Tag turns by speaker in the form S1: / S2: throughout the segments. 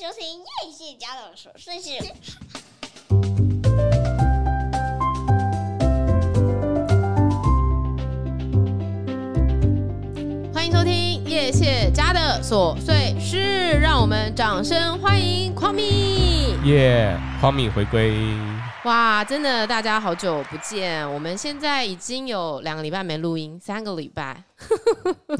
S1: 收听叶谢家长说事情。
S2: 欢迎收听叶谢家的琐碎事，让我们掌声欢迎匡密！
S3: 耶、荒米回归，
S2: 哇，真的大家好久不见，我们现在已经有两个礼拜没录音，三个礼拜，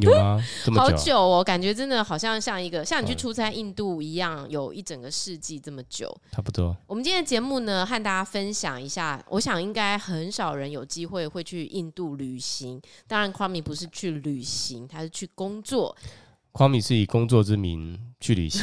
S3: 有吗？这么
S2: 好
S3: 久？啊
S2: 久哦，感觉真的好像像一个像你去
S3: 嗯
S2: 出差印度一样，有一整个世纪这么久。
S3: 差不多。
S2: 我们今天的节目呢，和大家分享一下，我想应该很少人有机会会去印度旅行。当然 k r a m i 不是去旅行，他是去工作。
S3: 匡米是以工作之名去 旅行，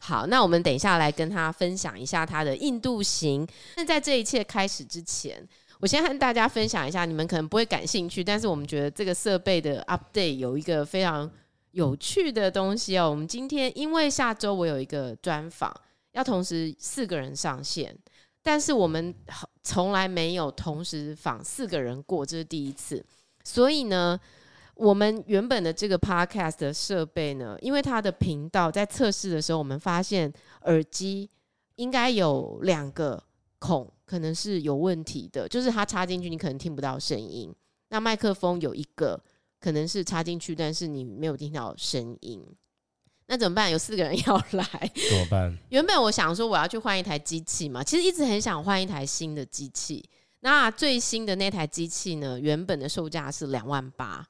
S2: 好，那我们等一下来跟他分享一下他的印度行。那在这一切开始之前，我先和大家分享一下，你们可能不会感兴趣，但是我们觉得这个设备的 update 有一个非常有趣的东西哦。我们今天因为下周我有一个专访，要同时四个人上线，但是我们从来没有同时访四个人过，这是第一次。所以呢，我们原本的这个 podcast 的设备呢，因为它的频道在测试的时候，我们发现耳机应该有两个孔可能是有问题的，就是它插进去你可能听不到声音。那麦克风有一个可能是插进去，但是你没有听到声音，那怎么办？有四个人要来，
S3: 怎么办？
S2: 原本我想说我要去换一台机器嘛，其实一直很想换一台新的机器。那最新的那台机器呢，原本的售价是两万八。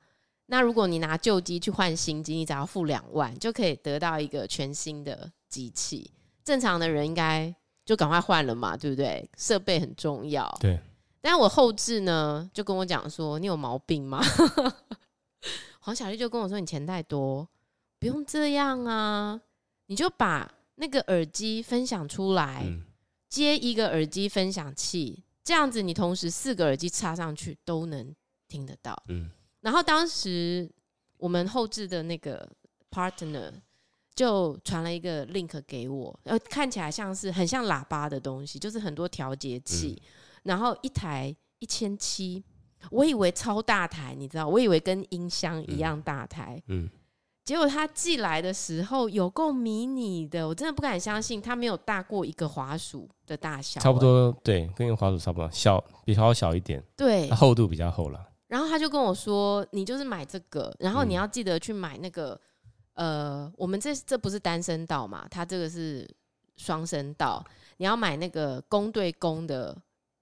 S2: 那如果你拿旧机去换新机，你只要付两万就可以得到一个全新的机器。正常的人应该就赶快换了嘛，对不对？设备很重要。
S3: 对。
S2: 但我后置呢，就跟我讲说：“你有毛病吗？” 黄小丽就跟我说：“你钱太多，不用这样啊，你就把那个耳机分享出来。
S3: 嗯，
S2: 接一个耳机分享器，这样子你同时四个耳机插上去都能听得到。
S3: 嗯，
S2: 然后当时我们后置的那个 partner 就传了一个 link 给我，呃，看起来像是很像喇叭的东西，就是很多调节器，
S3: 嗯
S2: 然后一台一千七，我以为超大台，你知道，我以为跟音箱一样大台，
S3: 嗯，
S2: 结果他寄来的时候有够迷你的，我真的不敢相信它没有大过一个滑鼠的大小、欸
S3: 差不。多，对，跟滑鼠差不多，小比滑鼠小一点，
S2: 对
S3: 它，厚度比较厚了。
S2: 然后他就跟我说，你就是买这个，然后你
S3: 嗯
S2: 要记得去买那个，呃，我们这这不是单声道嘛，它这个是双声道，你要买那个公对公的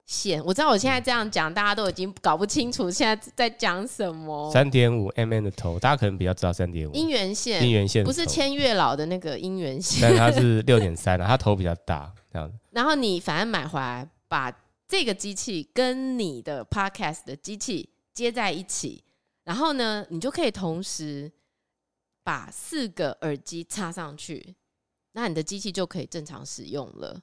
S2: 线。我知道我现在这样讲，大家都已经搞不清楚现在在讲什么。
S3: 三点五 mm 的头，大家可能比较知道三点五
S2: 姻缘
S3: 姻
S2: 线
S3: 缘线的
S2: 不
S3: 头，
S2: 是千月老的那个姻缘线，
S3: 但它 是六点三啊，它头比较大，这样子。
S2: 然后你反正买回来，把这个机器跟你的 podcast 的机器接在一起，然后呢，你就可以同时把四个耳机插上去，那你的机器就可以正常使用了。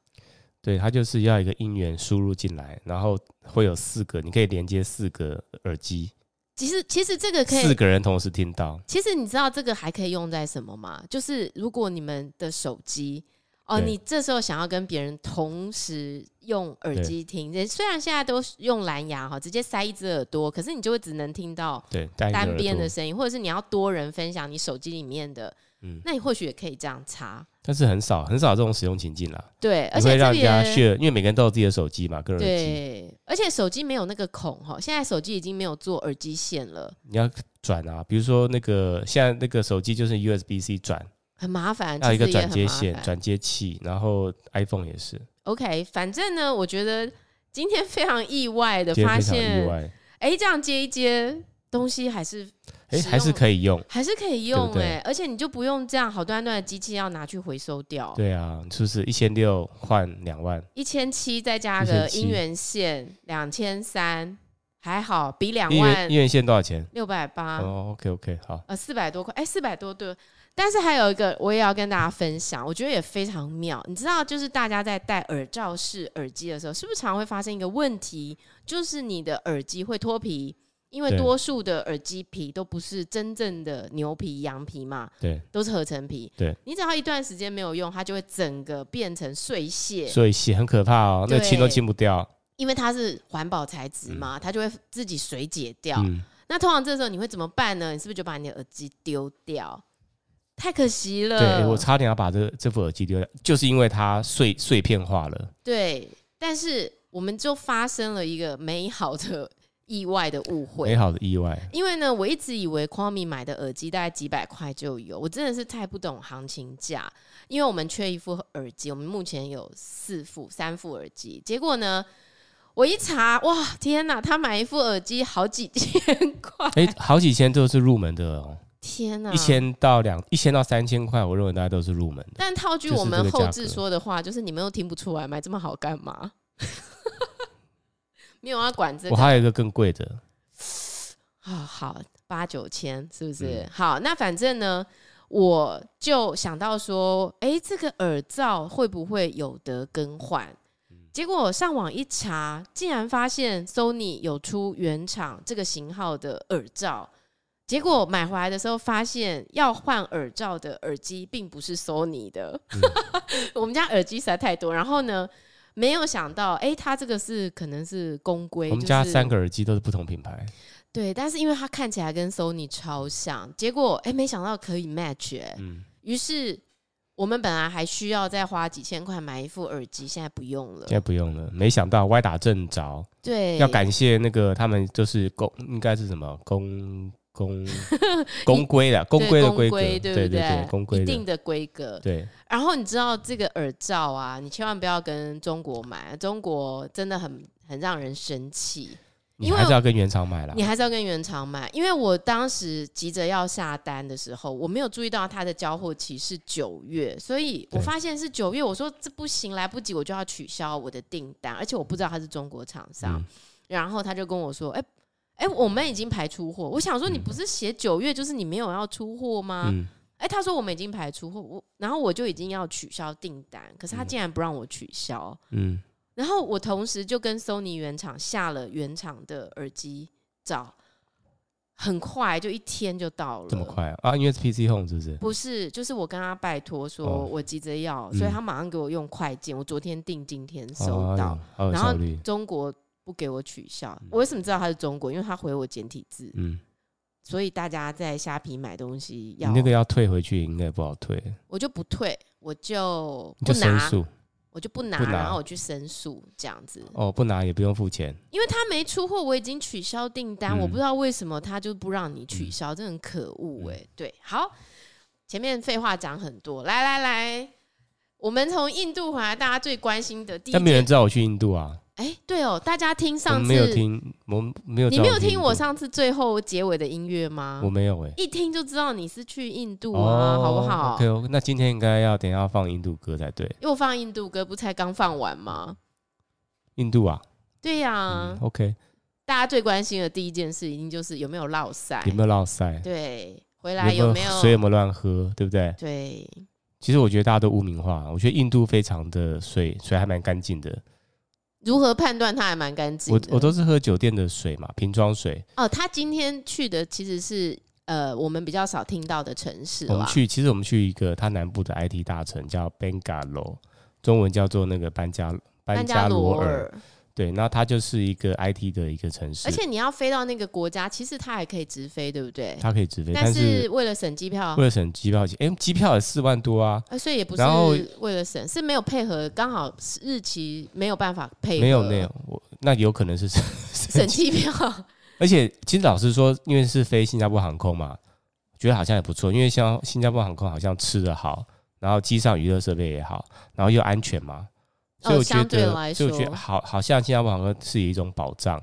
S3: 对，它就是要一个音源输入进来，然后会有四个，你可以连接四个耳机，
S2: 其实，其实这个可
S3: 四
S2: 以。
S3: 个人同时听到。
S2: 其实你知道这个还可以用在什么吗？就是如果你们的手机哦，
S3: 对
S2: 你这时候想要跟别人同时用耳
S3: 对
S2: 机听，虽然现在都是用蓝牙哈，直接塞一只耳朵，可是你就会只能听到
S3: 对，单一个
S2: 单
S3: 耳
S2: 边
S3: 朵
S2: 的声音，或者是你要多人分享你手机里面的，
S3: 嗯
S2: 那你或许也可以这样插。
S3: 但是很少很少这种使用情境啦。
S2: 对，而
S3: 你会
S2: 且这
S3: 让人家
S2: 边
S3: share，因为每个人都有自己的手机嘛，个人耳机，
S2: 对，而且手机没有那个孔哈，现在手机已经没有做耳机线了，
S3: 你要转啊。比如说那个现在那个手机就是 USB C 转，
S2: 很麻烦，
S3: 要有一个
S2: 嗯其实也
S3: 转
S2: 很
S3: 接
S2: 麻
S3: 线、
S2: 烦
S3: 转接器，然后 iPhone 也是，
S2: OK，反正呢，我觉得今天非常意外的
S3: 今
S2: 发
S3: 天非常意
S2: 现，
S3: 外，
S2: 哎，这样接一接东西还是
S3: 哎，
S2: 使
S3: 还是
S2: 用
S3: 可以用。
S2: 还是可以用
S3: 对
S2: 哎，而且你就不用这样好端端的机器要拿去回收掉，
S3: 对啊，是不是一千六换两万？
S2: 一千七再加个
S3: 1700
S2: 姻缘线两千三，还好比两
S3: 一元
S2: 万啊
S3: 一元线多少钱？
S2: 六百八
S3: 哦，OK OK，好，
S2: 呃四百多块，哎四百多对。但是还有一个我也要跟大家分享，我觉得也非常妙。你知道，就是大家在戴耳罩式耳机的时候，是不是常会发生一个问题，就是你的耳机会脱皮？因为
S3: 对
S2: 多数的耳机皮都不是真正的牛皮、羊皮嘛，
S3: 对，
S2: 都是合成皮。
S3: 对，
S2: 你只要一段时间没有用，它就会整个变成碎屑。
S3: 所以洗很可怕哦，那个清都
S2: 对
S3: 清不掉。
S2: 因为它是环保材质嘛，它就会自己水解掉。
S3: 嗯，
S2: 那通常这时候你会怎么办呢？你是不是就把你的耳机丢掉？太可惜了。
S3: 对我差点要把这这副耳机丢掉，就是因为它碎碎片化了。
S2: 对，但是我们就发生了一个美好的意外的误
S3: 美
S2: 会。
S3: 好的意外，
S2: 因为呢，我一直以为 Kwame 买的耳机大概几百块就有，我真的是太不懂行情价。因为我们缺一副耳机，我们目前有四副、三副耳机，结果呢，我一查，哇，天哪，他买一副耳机好几千块，
S3: 哎、好几千都是入门的哦，
S2: 天哪，
S3: 一千到两一千到三千块，我认为大家都是入门的。
S2: 但套句
S3: 就是
S2: 我
S3: 这
S2: 们
S3: 个
S2: 后
S3: 价
S2: 置
S3: 格
S2: 说的话，就是你们又听不出来，买这么好干嘛？ 没有要管这
S3: 我
S2: 个啊、
S3: 还有一个更贵的，
S2: 哦好八九千是不是？
S3: 嗯
S2: 好，那反正呢，我就想到说，哎、这个耳罩会不会有得更换？
S3: 嗯
S2: 结果我上网一查，竟然发现 Sony 有出原厂这个型号的耳罩。结果买回来的时候，发现要换耳罩的耳机并不是 Sony 的，
S3: 嗯
S2: 我们家耳机实在太多。然后呢，没有想到，哎、它这个是可能是公规，
S3: 我们
S2: 就
S3: 家
S2: 是
S3: 三个耳机都是不同品牌，
S2: 对，但是因为它看起来跟 Sony 超像，结果哎、诶没想到可以 match 哎、
S3: 嗯，
S2: 于是我们本来还需要再花几千块买一副耳机，现在不用了
S3: 现。在不用了。没想到歪打正着，
S2: 对，
S3: 要感谢那个他们就是公应该是什么公 公公规的公
S2: 对
S3: 规的
S2: 公
S3: 规格，
S2: 规
S3: 对
S2: 对不
S3: 对，公规
S2: 一
S3: 的
S2: 定的规格。
S3: 对。
S2: 然后你知道这个耳罩啊，你千万不要跟中国买，中国真的很很让人生气。
S3: 你
S2: 因为
S3: 还是要跟原厂买啦嗯
S2: 你。还是要跟原厂买，因为我当时急着要下单的时候，我没有注意到它的交货期是九月，所以我
S3: 对
S2: 发现是九月，我说这不行，来不及，我就要取消我的订单，而且我不知道它是中国厂商。
S3: 嗯
S2: 然后他就跟我说：“哎、哎、我们已经排出货。”我想说，你不是写九月，就是你没有要出货吗？
S3: 嗯，
S2: 哎、他说我们已经排出货，我然后我就已经要取消订单，可是他竟然不让我取消。
S3: 嗯，
S2: 然后我同时就跟 Sony 原厂下了原厂的耳机照，很快就一天就到了。
S3: 这么？快啊？啊，因为是 PC Home 是不是？
S2: 不是，就是我跟他拜托说
S3: 哦
S2: 我急着要，
S3: 嗯
S2: 所以他马上给我用快件。我昨天订，今天收
S3: 哦
S2: 到。，
S3: 哎呦好有
S2: 然
S3: 效
S2: 后
S3: 率。
S2: 中国不给我取消，我为什么知道他是中国？因为他回我简体字。
S3: 嗯，
S2: 所以大家在虾皮买东西
S3: 你
S2: 要，
S3: 那个要退回去应该不好退，
S2: 我就不退，我就
S3: 你
S2: 不
S3: 就申
S2: 拿，
S3: 诉
S2: 我就不拿，
S3: 不拿
S2: 然后我去申诉这样子。
S3: 哦，不拿也不用付钱。
S2: 因为他没出货，我已经取消订单，
S3: 嗯
S2: 我不知道为什么他就不让你取消，这很可恶
S3: 嗯
S2: 哎、对，好，前面废话讲很多，来来来，我们从印度回来，大家最关心的第一
S3: 但没有人
S2: 件，
S3: 知道我去印度啊，
S2: 哎，对哦，大家听
S3: 我
S2: 上
S3: 们
S2: 次
S3: 没有听，我们没有知
S2: 你
S3: 道
S2: 没
S3: 去印
S2: 有
S3: 度。
S2: 听我上次最后结尾的音乐吗
S3: 我？没有哎。
S2: 一听就知道你是去印度啊，好不好
S3: OK，哦那今天应该要等一下放印度歌才对。
S2: 又放印度歌，不才刚放完吗？
S3: 印度啊，
S2: 对呀、
S3: 嗯，OK，
S2: 大家最关心的第一件事，一定就是有没有落塞，
S3: 有没有落塞？
S2: 对，回来没有
S3: 水有没有乱喝？对不对？
S2: 对，
S3: 其实我觉得大家都污名化，我觉得印度非常的水，水还蛮干净的。
S2: 如何判断它还蛮干净
S3: 我
S2: 的？
S3: 我都是喝酒店的水嘛，瓶装水。
S2: 哦，他今天去的其实是呃，我们比较少听到的城市
S3: 我们
S2: 啦。
S3: 去，其实我们去一个它南部的 IT 大城叫 Bangalore，中文叫做那个班加班
S2: 班
S3: 加
S2: 罗
S3: 罗尔。，对，那它就是一个 IT 的一个城市，
S2: 而且你要飞到那个国家，其实它还可以直飞，对不对？
S3: 它可以直飞，
S2: 但
S3: 但
S2: 是为了省机票，
S3: 为了省机票钱，哎、机票也四万多啊，
S2: 呃所以也不是
S3: 然后
S2: 为了省，是没有配合，刚好是日期没有办法配合，
S3: 没有那有我那有可能是
S2: 省机票。
S3: 而且其实老实说，因为是飞新加坡航空嘛，觉得好像也不错，因为像新加坡航空好像吃的好，然后机上娱乐设备也好，然后又安全嘛，所以
S2: 哦
S3: 我觉
S2: 相对
S3: 得，
S2: 来
S3: 所以我觉得
S2: 说
S3: 好，好像新加坡航空是一种保 障，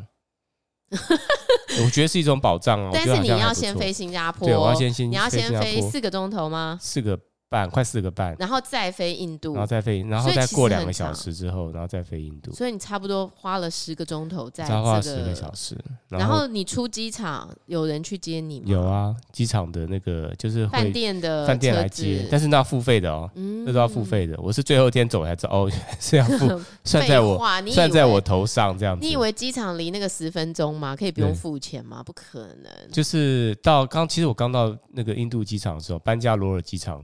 S3: 我觉得是一种保障啊。我
S2: 但
S3: 觉得
S2: 是
S3: 好
S2: 你
S3: 像还
S2: 要
S3: 不
S2: 先
S3: 错
S2: 飞，新加坡，
S3: 对，我要先先
S2: 你要
S3: 飞
S2: 先
S3: 新加
S2: 飞
S3: 坡
S2: 四个钟头吗？
S3: 四个半，快四个半，
S2: 然后再飞印度
S3: 然，后再飞，然后
S2: 所以
S3: 再
S2: 其
S3: 过
S2: 实
S3: 两
S2: 很
S3: 个小
S2: 长
S3: 时之后，然后再飞印度，
S2: 所以你差不多花了十个钟头在
S3: 才花了
S2: 这
S3: 十个小时，
S2: 然后你出机场，有人去接你吗？
S3: 有，啊，机场的那个就是会
S2: 饭店的
S3: 饭店来接
S2: 车，子
S3: 但是那要付费的哦，
S2: 嗯
S3: 那都要付。 费的。我是最后一天走才知道，哦， 原来是要付，算在
S2: 废
S3: 我
S2: 话，你以为
S3: 算在我头上这样子。
S2: 你以为机场离那个十分钟吗？可以不用
S3: 对
S2: 付钱吗？不可能。
S3: 就是到刚，其实我刚到那个印度机场的时候，班加罗尔机场。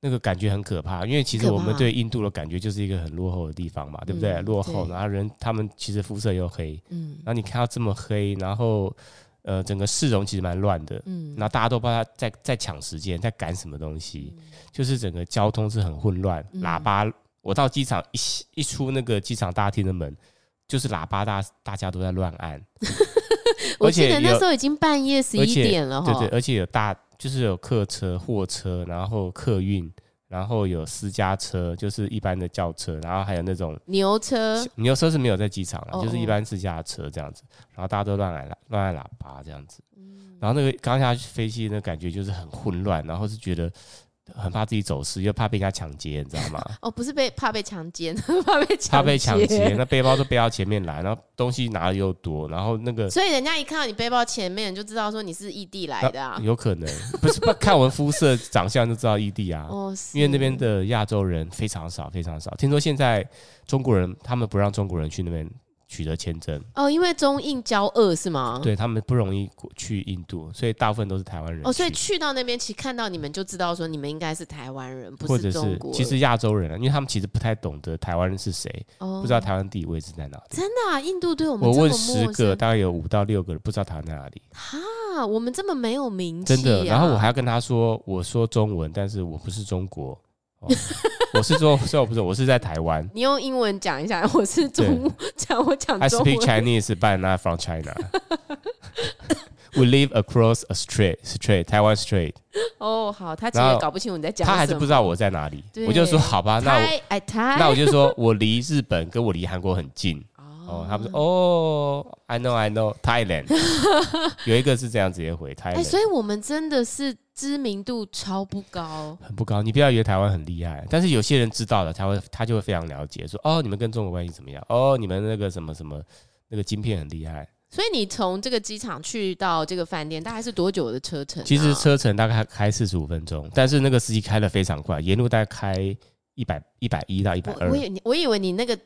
S3: 那个感觉很可怕，因为其实
S2: 很可
S3: 我
S2: 怕
S3: 们对印度的感觉就是一个很落后的地方嘛，对不对？
S2: 嗯
S3: 落后，
S2: 对
S3: 然后人他们其实肤色又黑，
S2: 嗯
S3: 然后你看到这么黑，然后呃整个市容其实蛮乱的，
S2: 嗯，
S3: 那大家都不知道他在在抢时间，在赶什么东西，就是整个交通是很混乱，
S2: 嗯
S3: 喇叭。我到机场一一出那个机场大厅的门，就是喇叭大大家都在乱按，
S2: 我记得
S3: 而且
S2: 那
S3: 有
S2: 时候已经半夜十
S3: 而
S2: 一
S3: 且
S2: 点了哈，
S3: 对对，呃而且有大就是有客车、货车，然后客运，然后有私家车，就是一般的轿车，然后还有那种
S2: 牛车，
S3: 牛车是没有在机场了，
S2: 哦
S3: 就是一般私家车这样子，然后大家都乱按喇乱按喇叭这样子，
S2: 嗯
S3: 然后那个刚下飞机的感觉就是很混乱，然后是觉得很怕自己走失，又怕被人家抢劫，你知道吗？
S2: 哦，不是被怕被强奸， 怕被
S3: 怕被抢劫，，那背包都背到前面来，然后东西拿的又多，然后那个
S2: 所以人家一看到你背包前面，你就知道说你是异地来的啊。
S3: 呃有可能不是不看我们肤色长相就知道异地啊，
S2: 哦，
S3: 因为那边
S2: 是
S3: 的亚洲人非常少，非常少。听说现在中国人他们不让中国人去那边取得签证，
S2: 哦，因为中印交恶是吗？。
S3: 对他们不容易过去印度，所以大部分都是台湾人去。
S2: 哦，所以去到那边，其实看到你们就知道说你们应该是台湾人，不
S3: 或者
S2: 中
S3: 是
S2: 国人。
S3: 其实亚洲人啊，因为他们其实不太懂得台湾人是谁，
S2: 哦
S3: 不知道台湾地位是在哪里。
S2: 真的啊，印度对我们
S3: 我
S2: 这么
S3: 问
S2: 陌
S3: 十
S2: 生
S3: 个，大概有五到六个人不知道台湾在哪里，
S2: 啊，我们这么没有名气、啊，
S3: 真的。然后我还要跟他说，我说中文，但是我不是中国， 哦我是说，虽然我不是，我是在台湾。
S2: 你用英文讲一下，我是中讲 我讲
S3: I
S2: 中文，
S3: speak Chinese, but not from China. We live across a straight, straight, Taiwan straight。
S2: 哦，好，他其实
S3: 然
S2: 也
S3: 后
S2: 搞不清我们在讲什么，
S3: 他还是不知道我在哪里，
S2: 对
S3: 我就说好吧，那我
S2: 台哎台，
S3: 那我就说我离日本跟我离韩国很近。哦，他们说哦，I know, I know, Thailand。有一个是这样直接回
S2: 哎、所
S3: Thailand，
S2: 以我们真的是知名度超不高，
S3: 很不高。你不要以为台湾很厉害，但是有些人知道了，他会他就会非常了解，说哦，你们跟中国关系怎么样？哦，你们那个什么什么那个晶片很厉害。
S2: 所以你从这个机场去到这个饭店，大概是多久的车程啊、
S3: 其实车程大概开四十五分钟，但是那个司机开的非常快，沿路大概开一百一百一到一百
S2: 我
S3: 二
S2: 我。以我以为你那个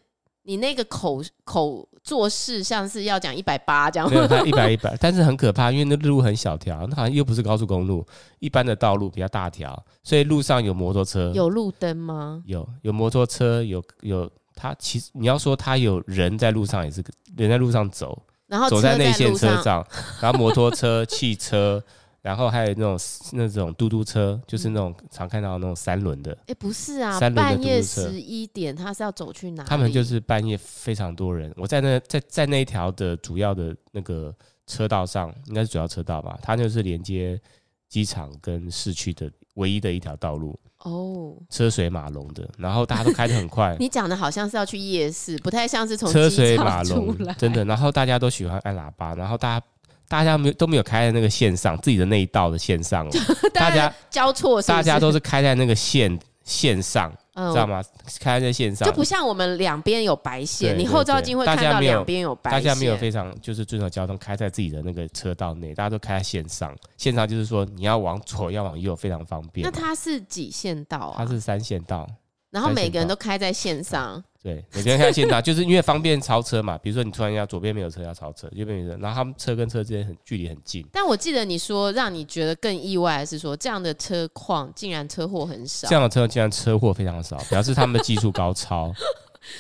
S2: 你那个口口做事像是要讲一百八这样
S3: 没，有，它一 百一百，但是很可怕，因为那路很小条，那好像又不是高速公路，一般的道路比较大条，所以路上有摩托车，
S2: 有路灯吗？
S3: 有有摩托车，有有它其实你要说它有人在路上也是人在路上走，
S2: 然后
S3: 走
S2: 哦车
S3: 在
S2: 在
S3: 内线
S2: 路
S3: 车
S2: 上，
S3: 上，然后摩托车、 汽车，然后还有那种那种嘟嘟车，就是那种常看到的那种三轮的，
S2: 哎、不是啊，
S3: 三轮的
S2: 半夜
S3: 嘟嘟车
S2: 十一点他是要走去哪里？
S3: 他们就是半夜非常多人。我在那在在那一条的主要的那个车道上，应该是主要车道吧，它就是连接机场跟市区的唯一的一条道路，
S2: 哦。
S3: 车水马龙的，然后大家都开得很快
S2: ，你讲的好像是要去夜市，不太像是从
S3: 车
S2: 机
S3: 水
S2: 场
S3: 马龙
S2: 出来，
S3: 真 的。然后大家都喜欢按喇叭，然后大家。大家没有都没有开在那个线上，自己的那一道的 线上哦。大家
S2: 交错是不是，
S3: 大家都是开在那个线线上，
S2: 嗯
S3: 知道吗？开在线上
S2: 就不像我们两边有白线，
S3: 对
S2: 你
S3: 对
S2: 后照
S3: 对
S2: 镜会
S3: 大
S2: 看
S3: 家
S2: 到
S3: 没有
S2: 两边有白
S3: 大
S2: 线。
S3: 家没有非常就是遵守交通，开在自己的那个车道内，大家都开在线上。线上就是说你要往左要往右，非常方
S2: 那
S3: 便嘛。
S2: 它是几线道
S3: 它
S2: 啊？
S3: 是三线道，
S2: 然后每个人
S3: 三线
S2: 都
S3: 道嗯
S2: 开在线上，
S3: 对，每个人开线道，就是因为方便超车嘛。比如说你突然要左边没有车要超车，右边有车，然后他们车跟车之间很距离很近。
S2: 但我记得你说让你觉得更意外的是说，这样的车况竟然车祸很少
S3: 这。样的车竟然车祸非常少，表示他们的技术高 超。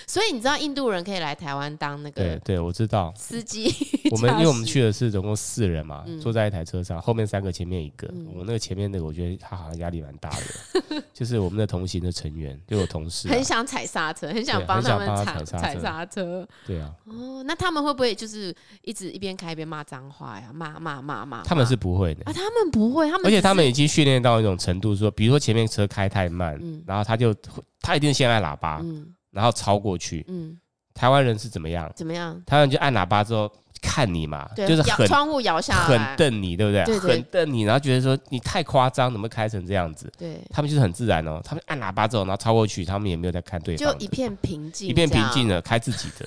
S2: 所以你知道印度人可以来台湾当那
S3: 对
S2: 个
S3: 对，我 知道。
S2: 司机
S3: 我们因为我们
S2: 驾驶
S3: 去的是总共四人嘛，
S2: 嗯
S3: 坐在一台车上，后面三个，前面一个。
S2: 嗯
S3: 我那个前面那个，我觉得他好像压力蛮大的， 就是我们的同行的成员，就我同事啊、
S2: 很想踩刹车，很想
S3: 对
S2: 帮
S3: 很
S2: 他
S3: 想
S2: 们
S3: 帮他
S2: 踩
S3: 踩刹
S2: 踩
S3: 车
S2: 刹车。
S3: 对啊，
S2: 哦，那他们会不会就是一直一边开一边骂脏话呀？骂骂骂骂。
S3: 他们
S2: 骂
S3: 是不会的
S2: 啊，，他们不会，他们
S3: 而且
S2: 只
S3: 他
S2: 是
S3: 们已经训练到一种程度，说，比如说前面车开太慢，
S2: 嗯
S3: 然后他就他一定先按喇叭，
S2: 嗯
S3: 然后超过去。
S2: 嗯
S3: 台湾人是怎么样？
S2: 怎么样？
S3: 台湾人就按喇叭之后看你嘛，
S2: 对，
S3: 就是
S2: 摇
S3: 很
S2: 窗户摇下来，
S3: 很瞪你，对不对？
S2: 对对
S3: 很瞪你，然后觉得说你太夸张，怎么开成这样子？
S2: 对，
S3: 他们就是很自然哦，他们按喇叭之后，然后超过去，他们也没有在看对方
S2: 就
S3: 的，
S2: 一片平静，
S3: 一片平静。了，开自己的，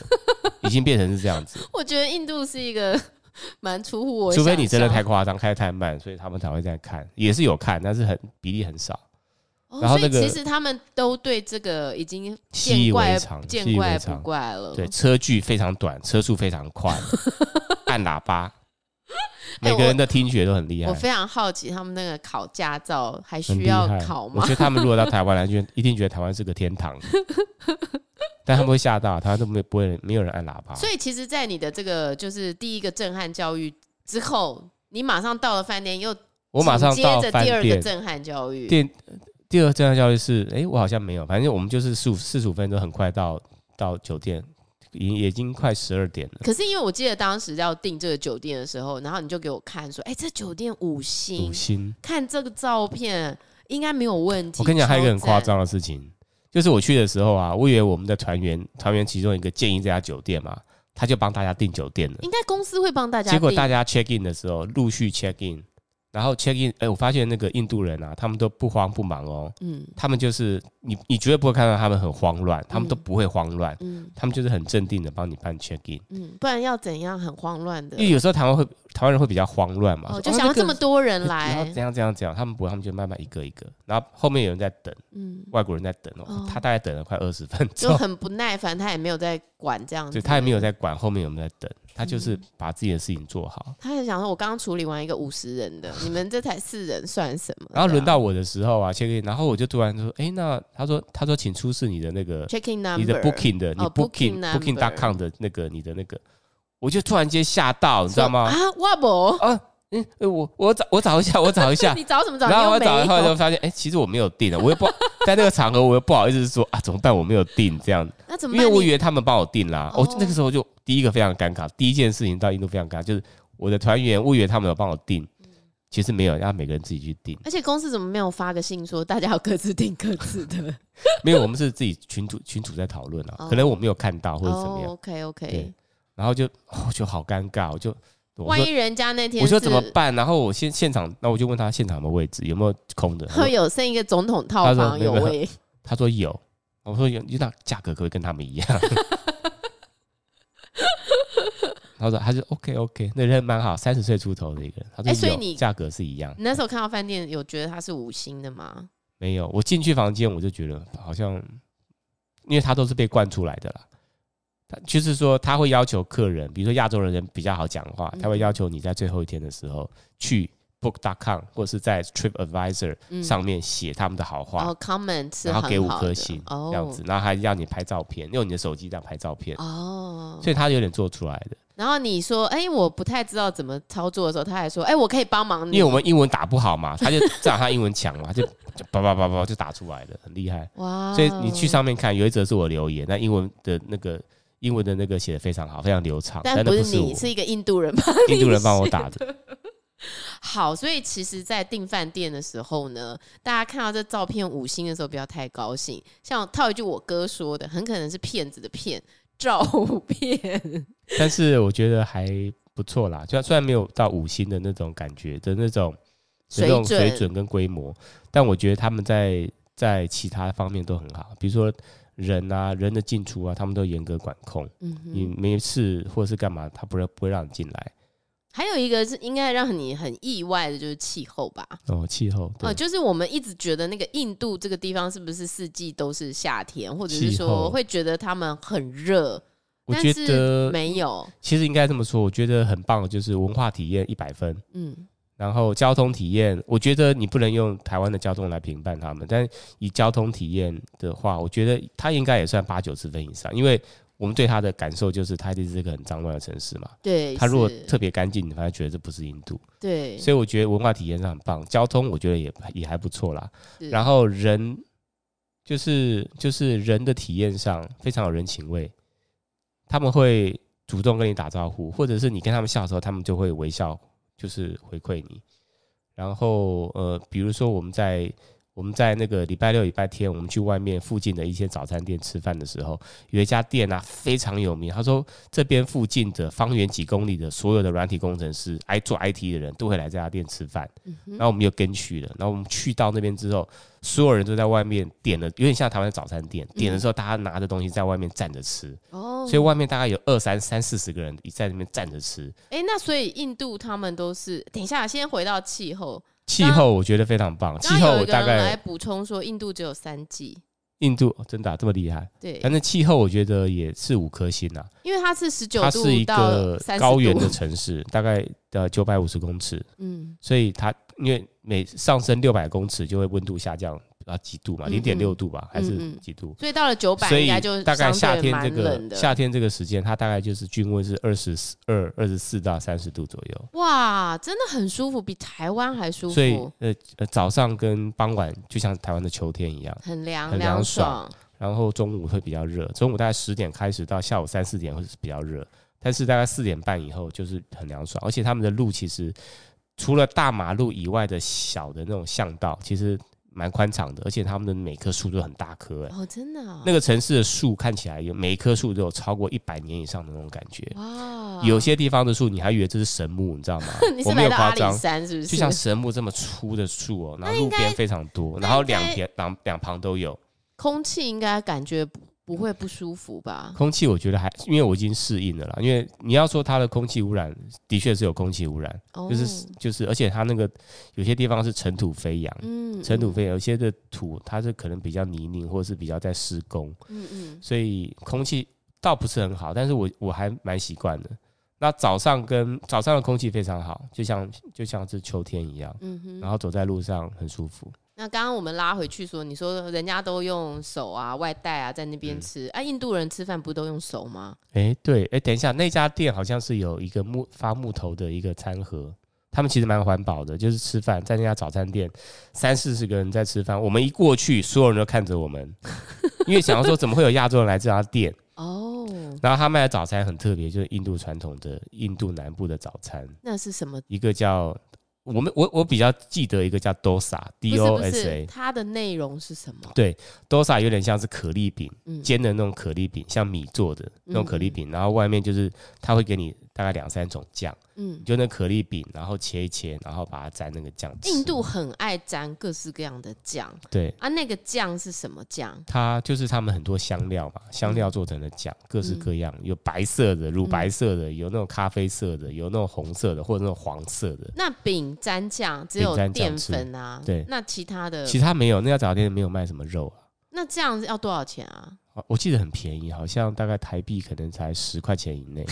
S3: 已经变成是这样子。
S2: 我觉得印度是一个 蛮出乎 我，
S3: 除非你真的太，夸张，开得太慢，所以他们才会在看，也是有看，但是很比例很少，
S2: 哦、
S3: 然后那个
S2: 所以其实他们都对这个已经
S3: 习以
S2: 见怪
S3: 为常，习
S2: 见
S3: 以
S2: 怪
S3: 为
S2: 不
S3: 常。
S2: 怪了。
S3: 对，车距非常短，车速非常 快，按喇叭，每个人的听觉都很厉害
S2: 哎我。非常好奇他们那个考驾照还
S3: 很
S2: 需
S3: 厉
S2: 要
S3: 害
S2: 考
S3: 我
S2: 吗
S3: 觉？得他们如果到台湾来，就一定觉得台湾是个 天堂，但他们会吓到，台湾都没不会没有人按喇叭。
S2: 所以其实，在你的这个就是第一个震撼教育。之后，你马上到了饭店，又
S3: 我马上
S2: 紧接
S3: 到
S2: 着
S3: 饭
S2: 第二个
S3: 店，
S2: 震撼教育，
S3: 第第二震撼教育是，哎、我好像没有，反正我们就是十五四十五分钟，很快到到酒店，已已经快十二点了，
S2: 可是因为我记得当时要订这个酒店的时候，然后你就给我看说，哎、这酒店五星，
S3: 五星。
S2: 看这个照片应该没有问题。
S3: 我跟你讲，还有一个很
S2: 超
S3: 夸
S2: 赞，
S3: 张的事情，就是我去的时候啊，我以为我们的团员团员其中一个建议这家酒店嘛，他就帮大家订酒店了。
S2: 应该公司会帮大家订。
S3: 结果大家 check in 的时候，陆续 check in，然后 check in，哎、我发现那个印度人啊，他们都不慌不忙哦，
S2: 嗯
S3: 他们就是你你绝对不会看到他们很慌乱，他们都
S2: 嗯
S3: 不会慌乱，
S2: 嗯
S3: 他们就是很镇定的帮你办 check in。
S2: 嗯，不然要怎样很慌乱的
S3: 因为有时候台湾会台湾人会比较慌乱嘛，
S2: 哦，
S3: 说哎
S2: 就
S3: 哦
S2: 想要
S3: 那个
S2: 这么多人
S3: 然后
S2: 来，
S3: 怎样怎样怎样，他们不会，他们就慢慢一个一个，然后后面有人在等，
S2: 嗯，
S3: 外国人在等哦，
S2: 哦
S3: 他大概等了快二十分
S2: 就
S3: 钟，
S2: 很不耐烦，他也没有在管这样子，
S3: 对他也没有，在管后面有没有在等，他就是
S2: 嗯
S3: 把自己的事情做好。
S2: 他就想说，我刚刚处理完一个五十人的，你们这才四人算什么？
S3: 然后轮到我的时候啊，切 in，然后我就突然说，哎，那他说他说请出示你的那个
S2: 啊 checking number，
S3: 你的 booking 的你
S2: 哦
S3: booking
S2: ，booking number
S3: booking.com 的那个你的那个，我就突然间吓到，你知道吗？
S2: 啊，哇不，，
S3: 啊，嗯，呃我我找我找一下，我找一 下
S2: 你找什么找？
S3: 然后我
S2: 你又
S3: 找
S2: 没
S3: 了后来
S2: 有
S3: 就发现，哎、其实我没有订的，我又不在那个场合，我又不好意思说啊，怎么办？我没有订这样，
S2: 那怎么
S3: 因
S2: 办？
S3: 为我以
S2: 你
S3: 为他们帮我订啦。我、
S2: 哦
S3: 那个时候就第一个非常尴尬，第一件事情到印度非常尴尬，就是我的团员我以为他们有帮我订，
S2: 嗯。
S3: 其实没有，让每个人自己去订
S2: 而且公司怎么没有发个信说大家要各自订各自的？
S3: 没有，我们是自己群主群主在讨论啊，
S2: 哦
S3: 可能我没有看 到或者怎么样，
S2: o k OK
S3: 对。然后就哦就好尴尬，我就我
S2: 万
S3: 说
S2: 一人家那天
S3: 我说
S2: 是
S3: 怎么办？然后我现现场，那我就问他现场有没有位置，有没有空的？他
S2: 会
S3: 说
S2: 有剩一个总统套
S3: 他说
S2: 房
S3: 没
S2: 有
S3: 有没有
S2: 位，
S3: 他说有，我说有，那价格可不可以跟他们一样？ 他说他就 OK OK，那人蛮好，三十岁出头的一个人。他说
S2: 哎
S3: 有，
S2: 所以你
S3: 价格是一样，
S2: 你那时候看到饭店有觉得它是五星的吗？
S3: 没有。我进去房间我就觉得好像，因为他都是被惯出来的啦。他就是说他会要求客人，比如说亚洲人比较好讲话，
S2: 嗯
S3: 他会要求你在最后一天的时候去 Book.com 或者是在 Trip Advisor
S2: 嗯，
S3: 上面写他们的好话
S2: 然后，comment 是
S3: 然后给
S2: 很
S3: 五
S2: 好
S3: 颗
S2: 的
S3: 星
S2: 哦，
S3: 这样子，然后还要你拍照片，用你的手机这样拍照片，
S2: 哦。
S3: 所以他有点做出来的。
S2: 然后你说，哎，我不太知道怎么操作的时候，他还说，哎，我可以帮忙你。
S3: 因为我们英文打不好嘛，他就仗他英文强嘛，就就叭叭叭叭就打出来的，很厉害。
S2: 哇，
S3: 所以你去，上面看，有一则是我留言，那英文的那个英文的那个写的非常好，非常流畅，
S2: 但
S3: 但
S2: 不
S3: 那
S2: 是
S3: 是
S2: 你，
S3: 我，
S2: 是一个 印度人吧？
S3: 印度人帮我打的。
S2: 好，所以其实，在订饭店的时候呢，大家看到这照片五星的时候，不要太高兴。像套一句我哥说的，很可能是骗子的骗照片。
S3: 但是我觉得还不错啦，虽然虽然没有到五星的那种感觉的那种
S2: 水
S3: 那种
S2: 准
S3: 水准跟规模，但我觉得他们在在其他方面都很好，比如说人啊、人的进出啊，他们都严格管控，
S2: 嗯
S3: 你
S2: 哼，
S3: 没事或是干嘛，他不会不会让你进来。
S2: 还有一个是应该让你很意外的，就是气候吧。
S3: 哦，气候
S2: 哦、
S3: 对，
S2: 就是我们一直觉得那个印度这个地方是不是四季都是夏天，或者是
S3: 气
S2: 说
S3: 候
S2: 会觉得他们很热，
S3: 我
S2: 但
S3: 觉
S2: 是
S3: 得
S2: 没有，
S3: 其实应该这么说，我觉得很棒，的就是文化体验一百分。
S2: 嗯，
S3: 然后交通体验，我觉得你不能用台湾的交通来评判他们，但以交通体验的话，我觉得它应该也算八九十分以上，因为我们对它的感受就是它一定是个很脏乱的城市嘛。
S2: 对，
S3: 它如果
S2: 是
S3: 特别干净，你反而觉得这不是印度，
S2: 对，
S3: 所以我觉得文化体验上很棒，交通我觉得也也还不错啦。
S2: 是
S3: 然后人就是就是人的体验上非常有人情味，他们会主动跟你打招呼，或者是你跟他们笑的时候，他们就会微笑，就是回馈你。然后呃，比如说我们在我们在那个礼拜六、礼拜天，我们去外面附近的一些早餐店吃饭的时候，有一家店啊非常有名，他说这边附近的方圆几公里的所有的软体工程师、爱做 IT 的人都会来这家店吃饭。
S2: 嗯哼
S3: 然后我们又跟去了，然后我们去到那边之后，所有人都在外面点了，有点像台湾的早餐店，点的时候大家拿着东西在外面站着吃，
S2: 嗯哦，
S3: 所以外面大概有二三三四十个人在那边站着吃。
S2: 哎、那所以印度他们都是，等一下，先回到气候。
S3: 气候我觉得非常棒，气
S2: 刚
S3: 候
S2: 刚有
S3: 我
S2: 一个
S3: 大
S2: 人来
S3: 概
S2: 补充说，印度只有三季，
S3: 印度、哦真的啊、这么厉害，
S2: 对，
S3: 反正气候我觉得也是五颗星啊，
S2: 因为它是十九
S3: 它
S2: 度
S3: 是一
S2: 到
S3: 个
S2: 三
S3: 高原的
S2: 度，
S3: 城市， 大概的九百五十公尺，
S2: 嗯，
S3: 所以它因为每上升六百公尺就会温度下降，啊几度嘛，
S2: 嗯
S3: 零点六度吧，还是
S2: 嗯嗯
S3: 几度？
S2: 所以到了九百
S3: 所
S2: 应
S3: 以
S2: 该就
S3: 大概
S2: 相
S3: 夏
S2: 对
S3: 天
S2: 蛮
S3: 这
S2: 冷
S3: 个
S2: 的
S3: 夏天这个时间，它大概就是均温是二十二、二十四到三十度左右。
S2: 哇，真的很舒服，比台湾还舒
S3: 所以
S2: 服，
S3: 呃呃，早上跟傍晚就像台湾的秋天一样，
S2: 很凉
S3: 很
S2: 凉
S3: 凉
S2: 爽
S3: 爽。然后中午会比较热，中午大概十点开始到下午三四点会是比较热，但是大概四点半以后就是很凉爽，而且他们的路其实除了大马路以外的小的那种巷道，其实蛮宽敞的，而且他们的每棵树都很大棵、欸，
S2: 哦，真的哦、
S3: 那个城市的树看起来有每一棵树都有超过一百年以上的那种感觉。
S2: 哇，？
S3: 有些地方的树，你还以为这是神木，你知道吗
S2: 你
S3: 我
S2: 是来
S3: 没有
S2: 到
S3: 夸
S2: 阿里
S3: 张，
S2: 山是不是？
S3: 就像神木这么粗的树哦，然后
S2: 那应
S3: 路
S2: 该
S3: 边非常多，然
S2: 那
S3: 后
S2: 应该
S3: 两边两两旁都有。
S2: 空气应该感觉不不会不舒服吧？
S3: 空气我觉得还，因为我已经适应了啦。因为你要说它的空气污染，的确是有空气污染，
S2: 哦
S3: 就是就是，而且它那个有些地方是尘土飞扬，
S2: 嗯
S3: 尘土
S2: 嗯
S3: 飞扬，有些的土它是可能比较泥泞，或是比较在施工，
S2: 嗯嗯，
S3: 所以空气倒不是很好，但是我我还蛮习惯的。那早上跟早上的空气非常好，就像就像是秋天一样，
S2: 嗯哼，
S3: 然后走在路上很舒服。
S2: 那刚刚我们拉回去说，你说人家都用手啊、外带啊，在那边
S3: 嗯
S2: 吃，啊，印度人吃饭不都用手吗？
S3: 哎、对，哎、等一下，那家店好像是有一个木发木头的一个餐盒，他们其实蛮环保的，就是吃饭在那家早餐店，三四十个人在吃饭，我们一过去，所有人都看着 我们，因为想要说怎么会有亚洲人来这家店，
S2: 哦，
S3: 然后他卖的早餐很特别，就是印度传统的印度南部的早餐，
S2: 那是什么？
S3: 一个叫我们我我比较记得一个叫 dosa
S2: 不
S3: d
S2: 是
S3: o
S2: 不
S3: s
S2: 是，
S3: a
S2: 它的内容是什么？
S3: dosa 有点像是可丽饼。
S2: 嗯，
S3: 煎的那种可丽饼，像米做的那种可丽饼，然后外面就是它会给你大概两三种酱，
S2: 嗯
S3: 你，就那可丽饼，然后切一切，然后把它沾那个酱吃。
S2: 印度很爱沾各式各样的酱
S3: 对，
S2: 啊，那个酱是什么酱？
S3: 它就是他们很多香料嘛，香料做成的酱，各
S2: 嗯
S3: 式各样，有白色的、乳白色的，有那种咖啡色的，有那种红色的，或者那种黄色的。
S2: 那饼沾酱只有
S3: 饼沾酱
S2: 淀粉啊，
S3: 吃对
S2: 那其他的
S3: 其他没有，那家早餐店没有卖什么肉啊。
S2: 那这样要多少钱啊？
S3: 啊我记得很便宜，好像大概台币可能才十块钱以内。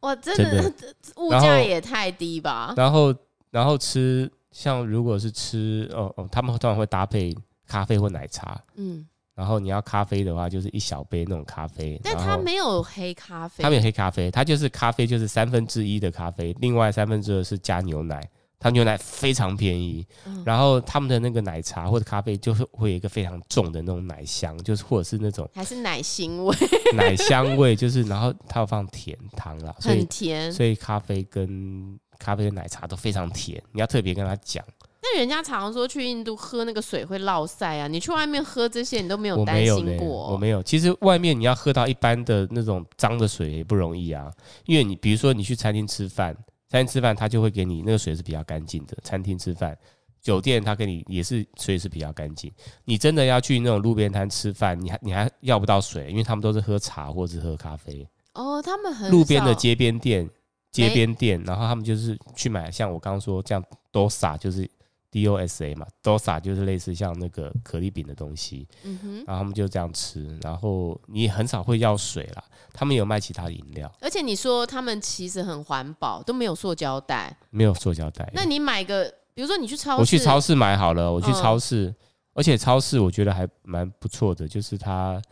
S2: 哇，真
S3: 真
S2: 的
S3: 的
S2: 物
S3: 然后
S2: 价也太低吧？
S3: 然后然后吃，像如果是吃，哦哦，他们当然会搭配咖啡或奶茶。
S2: 嗯，
S3: 然后你要咖啡的话，就是一小杯那种咖啡。
S2: 但
S3: 然
S2: 它
S3: 后
S2: 没有黑咖啡，
S3: 它没有黑咖啡，它就是咖啡就是三分之一的咖啡，另外三分之二是加牛奶。它牛奶非常便宜，
S2: 嗯
S3: 然后他们的那个奶茶或者咖啡就是会有一个非常重的那种奶香，就是或者是那种
S2: 还是奶腥味，
S3: 奶香味，就是然后它有放甜糖啦，所
S2: 很
S3: 以
S2: 甜。
S3: 所以咖啡跟咖啡跟奶茶都非常甜，你要特别跟他讲。
S2: 那人家常说去印度喝那个水会落腮啊，你去外面喝这些，你都没
S3: 我
S2: 担
S3: 没有
S2: 心
S3: 呢，我
S2: 过。
S3: 没有。其实外面你要喝到一般的那种脏的水也不容易啊，因为你比如说你去餐厅吃饭，餐厅吃饭他就会给你那个水是比较干净的，餐厅吃饭。酒店他给你也是水是比较干净，你真的要去那种路边摊吃饭，你还你还要不到水，因为他们都是喝茶或是喝咖啡。啊
S2: 哦，他们很
S3: 路边的
S2: 少
S3: 街边店，街边店，然后他们就是去买，像我刚刚说这样 dosa 就是 D O S A 嘛，dosa 就是类似像那个可丽饼的东西，
S2: 嗯哼，
S3: 然后他们就这样吃，然后你很少会要水啦，他们有卖其他饮料，
S2: 而且你说他们其实很环保，都没有塑胶袋。
S3: 没有塑胶袋。
S2: 那你买个，比如说你去超市，
S3: 我去超市买好了，我去
S2: 嗯
S3: 超市，而且超市我觉得还蛮不错的，就是它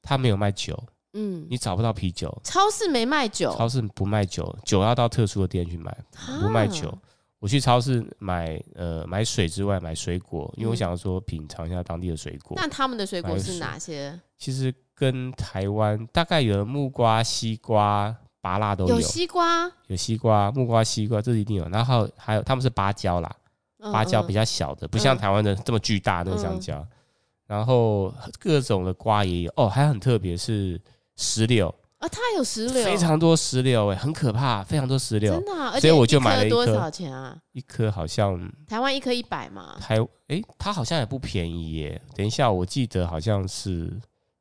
S3: 它没有卖酒，
S2: 嗯，
S3: 你找不到啤酒，
S2: 超市没卖酒，
S3: 超市不卖酒，酒要到特殊的店去买，不卖酒
S2: 啊。
S3: 我去超市买呃买水之外买水果，因为我想要说品尝一下当地的水果。
S2: 嗯那他们的水果
S3: 买
S2: 是
S3: 水
S2: 哪些？
S3: 其实跟台湾大概有木瓜、西瓜、芭辣都有，
S2: 有西瓜，
S3: 有西瓜、木瓜、西瓜，这是一定有。然后还有还有他们是芭蕉啦，芭蕉比
S2: 较
S3: 较小的，不像
S2: 哦嗯
S3: 台湾的这么巨大那个香蕉。然后各种的瓜也有哦，还很特别是石榴，
S2: 啊，它有石榴，
S3: 非常多石榴哎、很可怕，非常多石榴
S2: 真，的啊、而
S3: 所
S2: 且
S3: 以我就买了
S2: 一
S3: 一
S2: 颗
S3: 颗
S2: 多少钱啊？
S3: 一颗好像
S2: 台湾一颗一百嘛，
S3: 台诶，它好像也不便宜耶。等一下，我记得好像是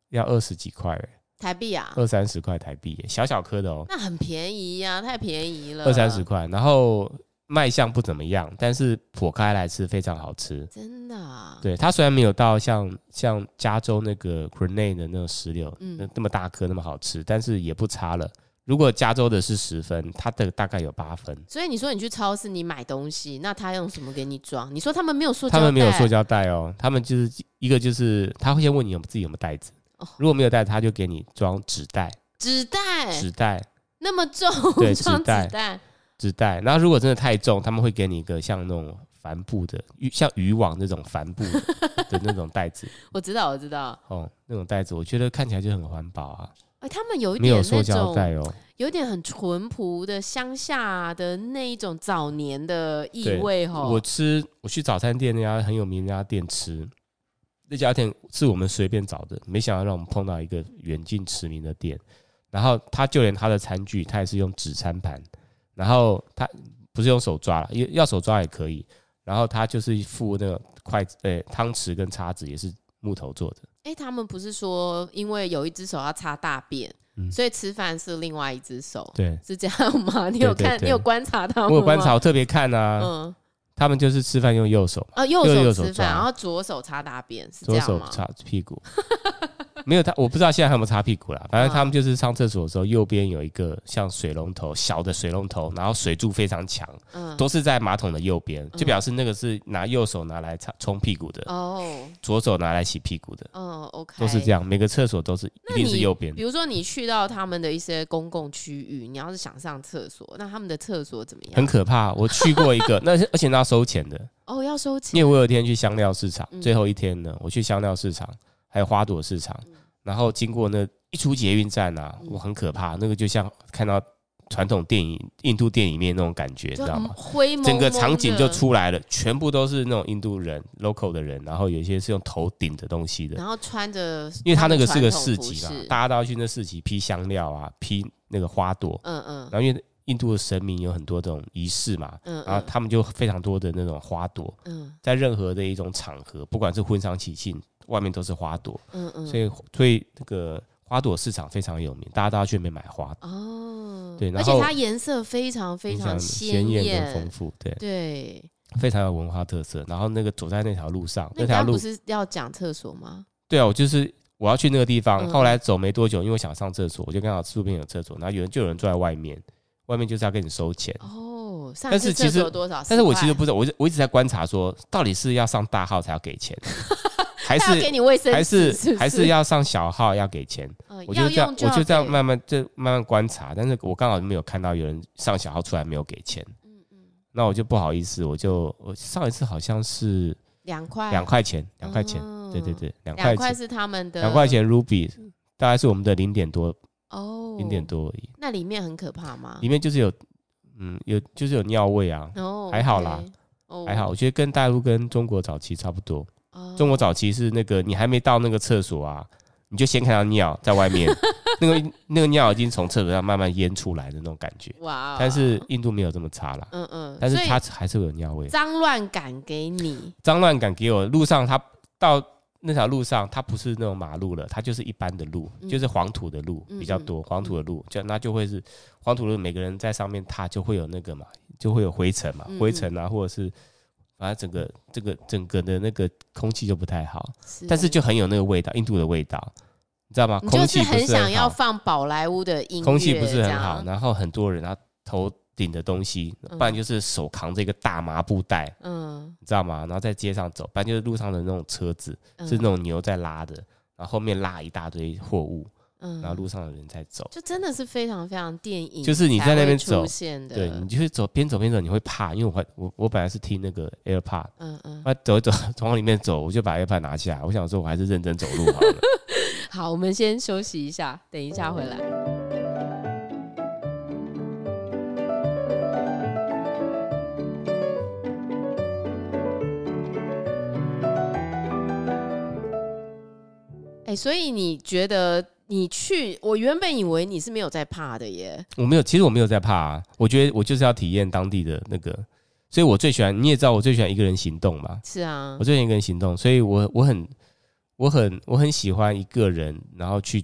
S3: 要二十几块耶，
S2: 台币啊，
S3: 二三十块台币耶，小小颗的哦，
S2: 那很便宜呀、太便宜了，
S3: 二三十，块。然后卖相不怎么样，但是剖开来吃非常好吃。
S2: 真的、啊，，
S3: 对，它虽然没有到像像加州那个 Grenade 的那个石榴，
S2: 嗯
S3: 那那么大颗那么好吃，但是也不差了。如果加州的是十分，它的大概有八分。
S2: 所以你说你去超市你买东西，那他用什么给你装？你说他们没有塑胶，
S3: 他们没有塑，胶袋哦，他们就是一个就是他会先问你有自己有没有袋子
S2: 哦，
S3: 如果没有袋子，他就给你装纸袋，
S2: 纸袋
S3: 纸袋，
S2: 那么重，
S3: 对
S2: 装
S3: 纸
S2: 纸
S3: 袋
S2: 袋，
S3: 纸袋。然后如果真的太重，他们会给你一个像那种帆布的，渔像渔网那种帆布的的那种 袋子
S2: 我知道，我知道。
S3: 哦，那种袋子我觉得看起来就很环保啊，
S2: 哎，他们有一
S3: 没
S2: 点
S3: 有
S2: 那
S3: 塑胶
S2: 种，
S3: 袋哦。
S2: 有一点很淳朴的乡下的那一种早年的意
S3: 对
S2: 味哈。
S3: 我吃我去早餐店那家很有名那家店吃，那家店是我们随便找的，没想到让我们碰到一个远近驰名的店。然后他就连他的餐具，他也是用纸餐盘，然后他不是用手抓，也要手抓也可以。然后他就是附那个筷子，呃、汤匙跟叉子也是木头做的。
S2: 哎、他们不是说因为有一只手要擦大便，
S3: 嗯
S2: 所以吃饭是另外一只手，
S3: 对，
S2: 是这样吗？你有
S3: 对对
S2: 看，
S3: 对
S2: 你有观察到
S3: 我有
S2: 吗
S3: 观察，，我特别看啊，
S2: 嗯，
S3: 他们就是吃饭用右手，
S2: 啊，右
S3: 右右
S2: 手
S3: 手
S2: 吃
S3: 抓
S2: 饭，然后左手擦大便，是这
S3: 左
S2: 样
S3: 手
S2: 吗？
S3: 擦屁股， 没有他，我不知道现在还有没有擦屁股啦。反
S2: 嗯
S3: 正他们就是上厕所的时候，右边有一个像水龙头小的水龙头，然后水柱非常强，
S2: 嗯，
S3: 都是在马桶的右边，
S2: 嗯
S3: 就表示那个是拿右手拿来擦冲屁股的，
S2: 哦，
S3: 左手拿来洗屁股的，
S2: 嗯，OK，
S3: 都是这
S2: 样。
S3: 样。每个厕所都是一
S2: 那
S3: 定是
S2: 你
S3: 右边
S2: 比，如说你去到他们的一些公共区域，你要是想上厕所，那他们的厕所怎么
S3: 很
S2: 样？
S3: 可怕。我去过一 个，那是而且那要收钱的，
S2: 哦，要收
S3: 因
S2: 钱
S3: 为我有一天去香料市场，
S2: 嗯
S3: 最后一天呢，我去香料市场，还有花朵市场，然后经过那一出捷运站啊，
S2: 嗯
S3: 我很可怕，那个就像看到传统电影、印度电影里面那种感觉，你知
S2: 就
S3: 道
S2: 很
S3: 吗？
S2: 灰蒙蒙的，
S3: 整个场景就出来了，全部都是那种印度人、local 的人，然后有一些是用头顶的东西的，
S2: 然后穿着，
S3: 因为他那个是
S2: 们
S3: 个
S2: 传统
S3: 市
S2: 服
S3: 集嘛
S2: 饰，
S3: 大家都要去那市集批香料啊，批那个花朵，
S2: 嗯嗯
S3: 然后因为印度的神明有很多这种仪式嘛，
S2: 嗯
S3: 然后他们就非常多的那种花朵，
S2: 嗯
S3: 在任何的一种场合，不管是婚丧喜庆，外面都是花朵，
S2: 嗯嗯，
S3: 所以所以那个花朵市场非常有名，大家都要去那边买花，
S2: 哦，
S3: 对
S2: 而
S3: 然
S2: 且
S3: 后
S2: 它颜色非常非常
S3: 鲜
S2: 艳，
S3: 跟丰富，对，
S2: 对，
S3: 非常有文化特色。然后那个走在那条路上，
S2: 那你
S3: 条
S2: 刚刚不，
S3: 路
S2: 是要讲厕所吗？
S3: 对啊，我就是我要去那个地方，
S2: 嗯
S3: 后来走没多久，因为我想上厕所，我就刚好路边有厕所，然后有人就有人坐在外面，外面就是要跟你收钱。
S2: 哦，上
S3: 但
S2: 次
S3: 是其
S2: 厕所
S3: 实
S2: 多少？
S3: 但是我其
S2: 10
S3: 实不知道，我就我一直在观察说，到底是要上大号才要给 钱，还
S2: 块他要给
S3: 是
S2: 你卫生纸，
S3: 还是
S2: 是不
S3: 还是要上小号要给钱？
S2: 呃
S3: 我
S2: 要
S3: 就这样，
S2: 用
S3: 我就
S2: 要
S3: 这样
S2: 给
S3: 慢慢就慢慢观察，但是我刚好没有看到有人上小号出来没有给钱，
S2: 嗯嗯
S3: 那我就不好意思，我就我上一次好像是
S2: 两块
S3: 两块钱，两块钱，
S2: 哦
S3: 对对对，两
S2: 两
S3: 块
S2: 块
S3: 钱，
S2: 是他们的
S3: 两块钱 ruby，大概是我们的零点多，
S2: 哦，啊
S3: 零点，多而已，
S2: 那里面很可怕吗？
S3: 里面就是有，嗯，有就是有尿味啊，
S2: 哦，
S3: 还好啦
S2: OK，哦，
S3: 还好，我觉得跟大陆跟中国早期差不多，
S2: 哦，
S3: 中国早期是那个你还没到那个厕所啊，你就先看到尿在外面， 那个那个尿已经从厕所上慢慢淹出来的那种感觉。
S2: 哇，哦
S3: 但是印度没有这么差啦，
S2: 嗯嗯，
S3: 但是
S2: 啊所以
S3: 它还是会有尿味。
S2: 脏乱感给你，
S3: 脏乱感给我路上，它到那条路上，它不是那种马路了，它就是一般的路，
S2: 嗯
S3: 就是黄土的路
S2: 嗯
S3: 比较多，黄土的路就那就会是黄土的路，每个人在上面踏就会有那个嘛，就会有灰尘嘛
S2: 嗯，
S3: 灰尘啊，或者是反正整个这个整个的那个空气就不太好，但是就很有那个味道，印度的味道，你知道吗？
S2: 你就
S3: 啊
S2: 是
S3: 空气不
S2: 很
S3: 是
S2: 想
S3: 很
S2: 要
S3: 好，
S2: 放宝莱坞的音乐，
S3: 空气不是
S2: 这
S3: 很
S2: 样
S3: 好，，然后很多人他头顶的东西，
S2: 嗯
S3: 不然就是手扛着一个大麻布袋，
S2: 嗯，
S3: 你知道吗？然后在街上走，不然就是路上的那种车子
S2: 嗯
S3: 是那种牛在拉的，然后后面拉一大堆货物，
S2: 嗯
S3: 然后路上的人在走。
S2: 就真的是非常非常电影才会出现的，
S3: 就是你在那边走
S2: 的，
S3: 对你就会走，边走边走，你会怕，因为我还我我本来是听那个 AirPod，
S2: 嗯嗯，
S3: 啊走一走，从往里面走，我就把 AirPod 拿下来，我想说我还是认真走路好 了。
S2: 好，我们先休息一下，等一下回来。哎、所以你觉得你去，我原本以为你是没有在怕的耶，
S3: 我没有，其实我没有在怕、啊，我觉得我就是要体验当地的那个，所以我最喜欢，你也知道我最喜欢一个人行动嘛，
S2: 是啊
S3: 我，最喜欢一个人行动，所以我我很我很我很喜欢一个人，然后去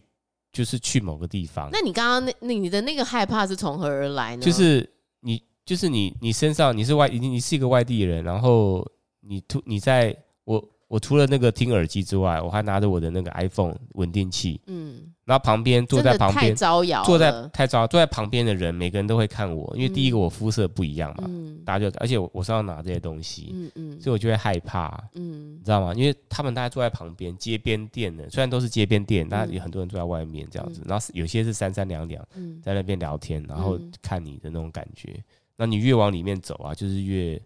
S3: 就是去某个地方。
S2: 那你刚刚那那你的那个害怕是从何而来呢？
S3: 就是你，就是你，你身上你是外，你你是一个外地人，然后你突你在我我除了那个听耳机之外，我还拿着我的那个 iPhone 稳定器，
S2: 嗯，
S3: 然后旁边坐
S2: 真
S3: 在
S2: 的
S3: 旁
S2: 太
S3: 边
S2: 招摇了，
S3: 坐在太糟，坐在旁边的人每个人都会看我，因为第一个我肤色不一样嘛，
S2: 嗯
S3: 大家就而且我我是要拿这些东西，
S2: 嗯嗯
S3: 所以我就会害怕，
S2: 嗯
S3: 你知道吗？因为他们大家坐在旁边街边店的，虽然都是街边店，但有很多人坐在外面这样子，然后有些是三三两两
S2: 嗯，
S3: 在那边聊天，然后
S2: 嗯
S3: 看你的那种感觉。那你越往里面走啊，就是越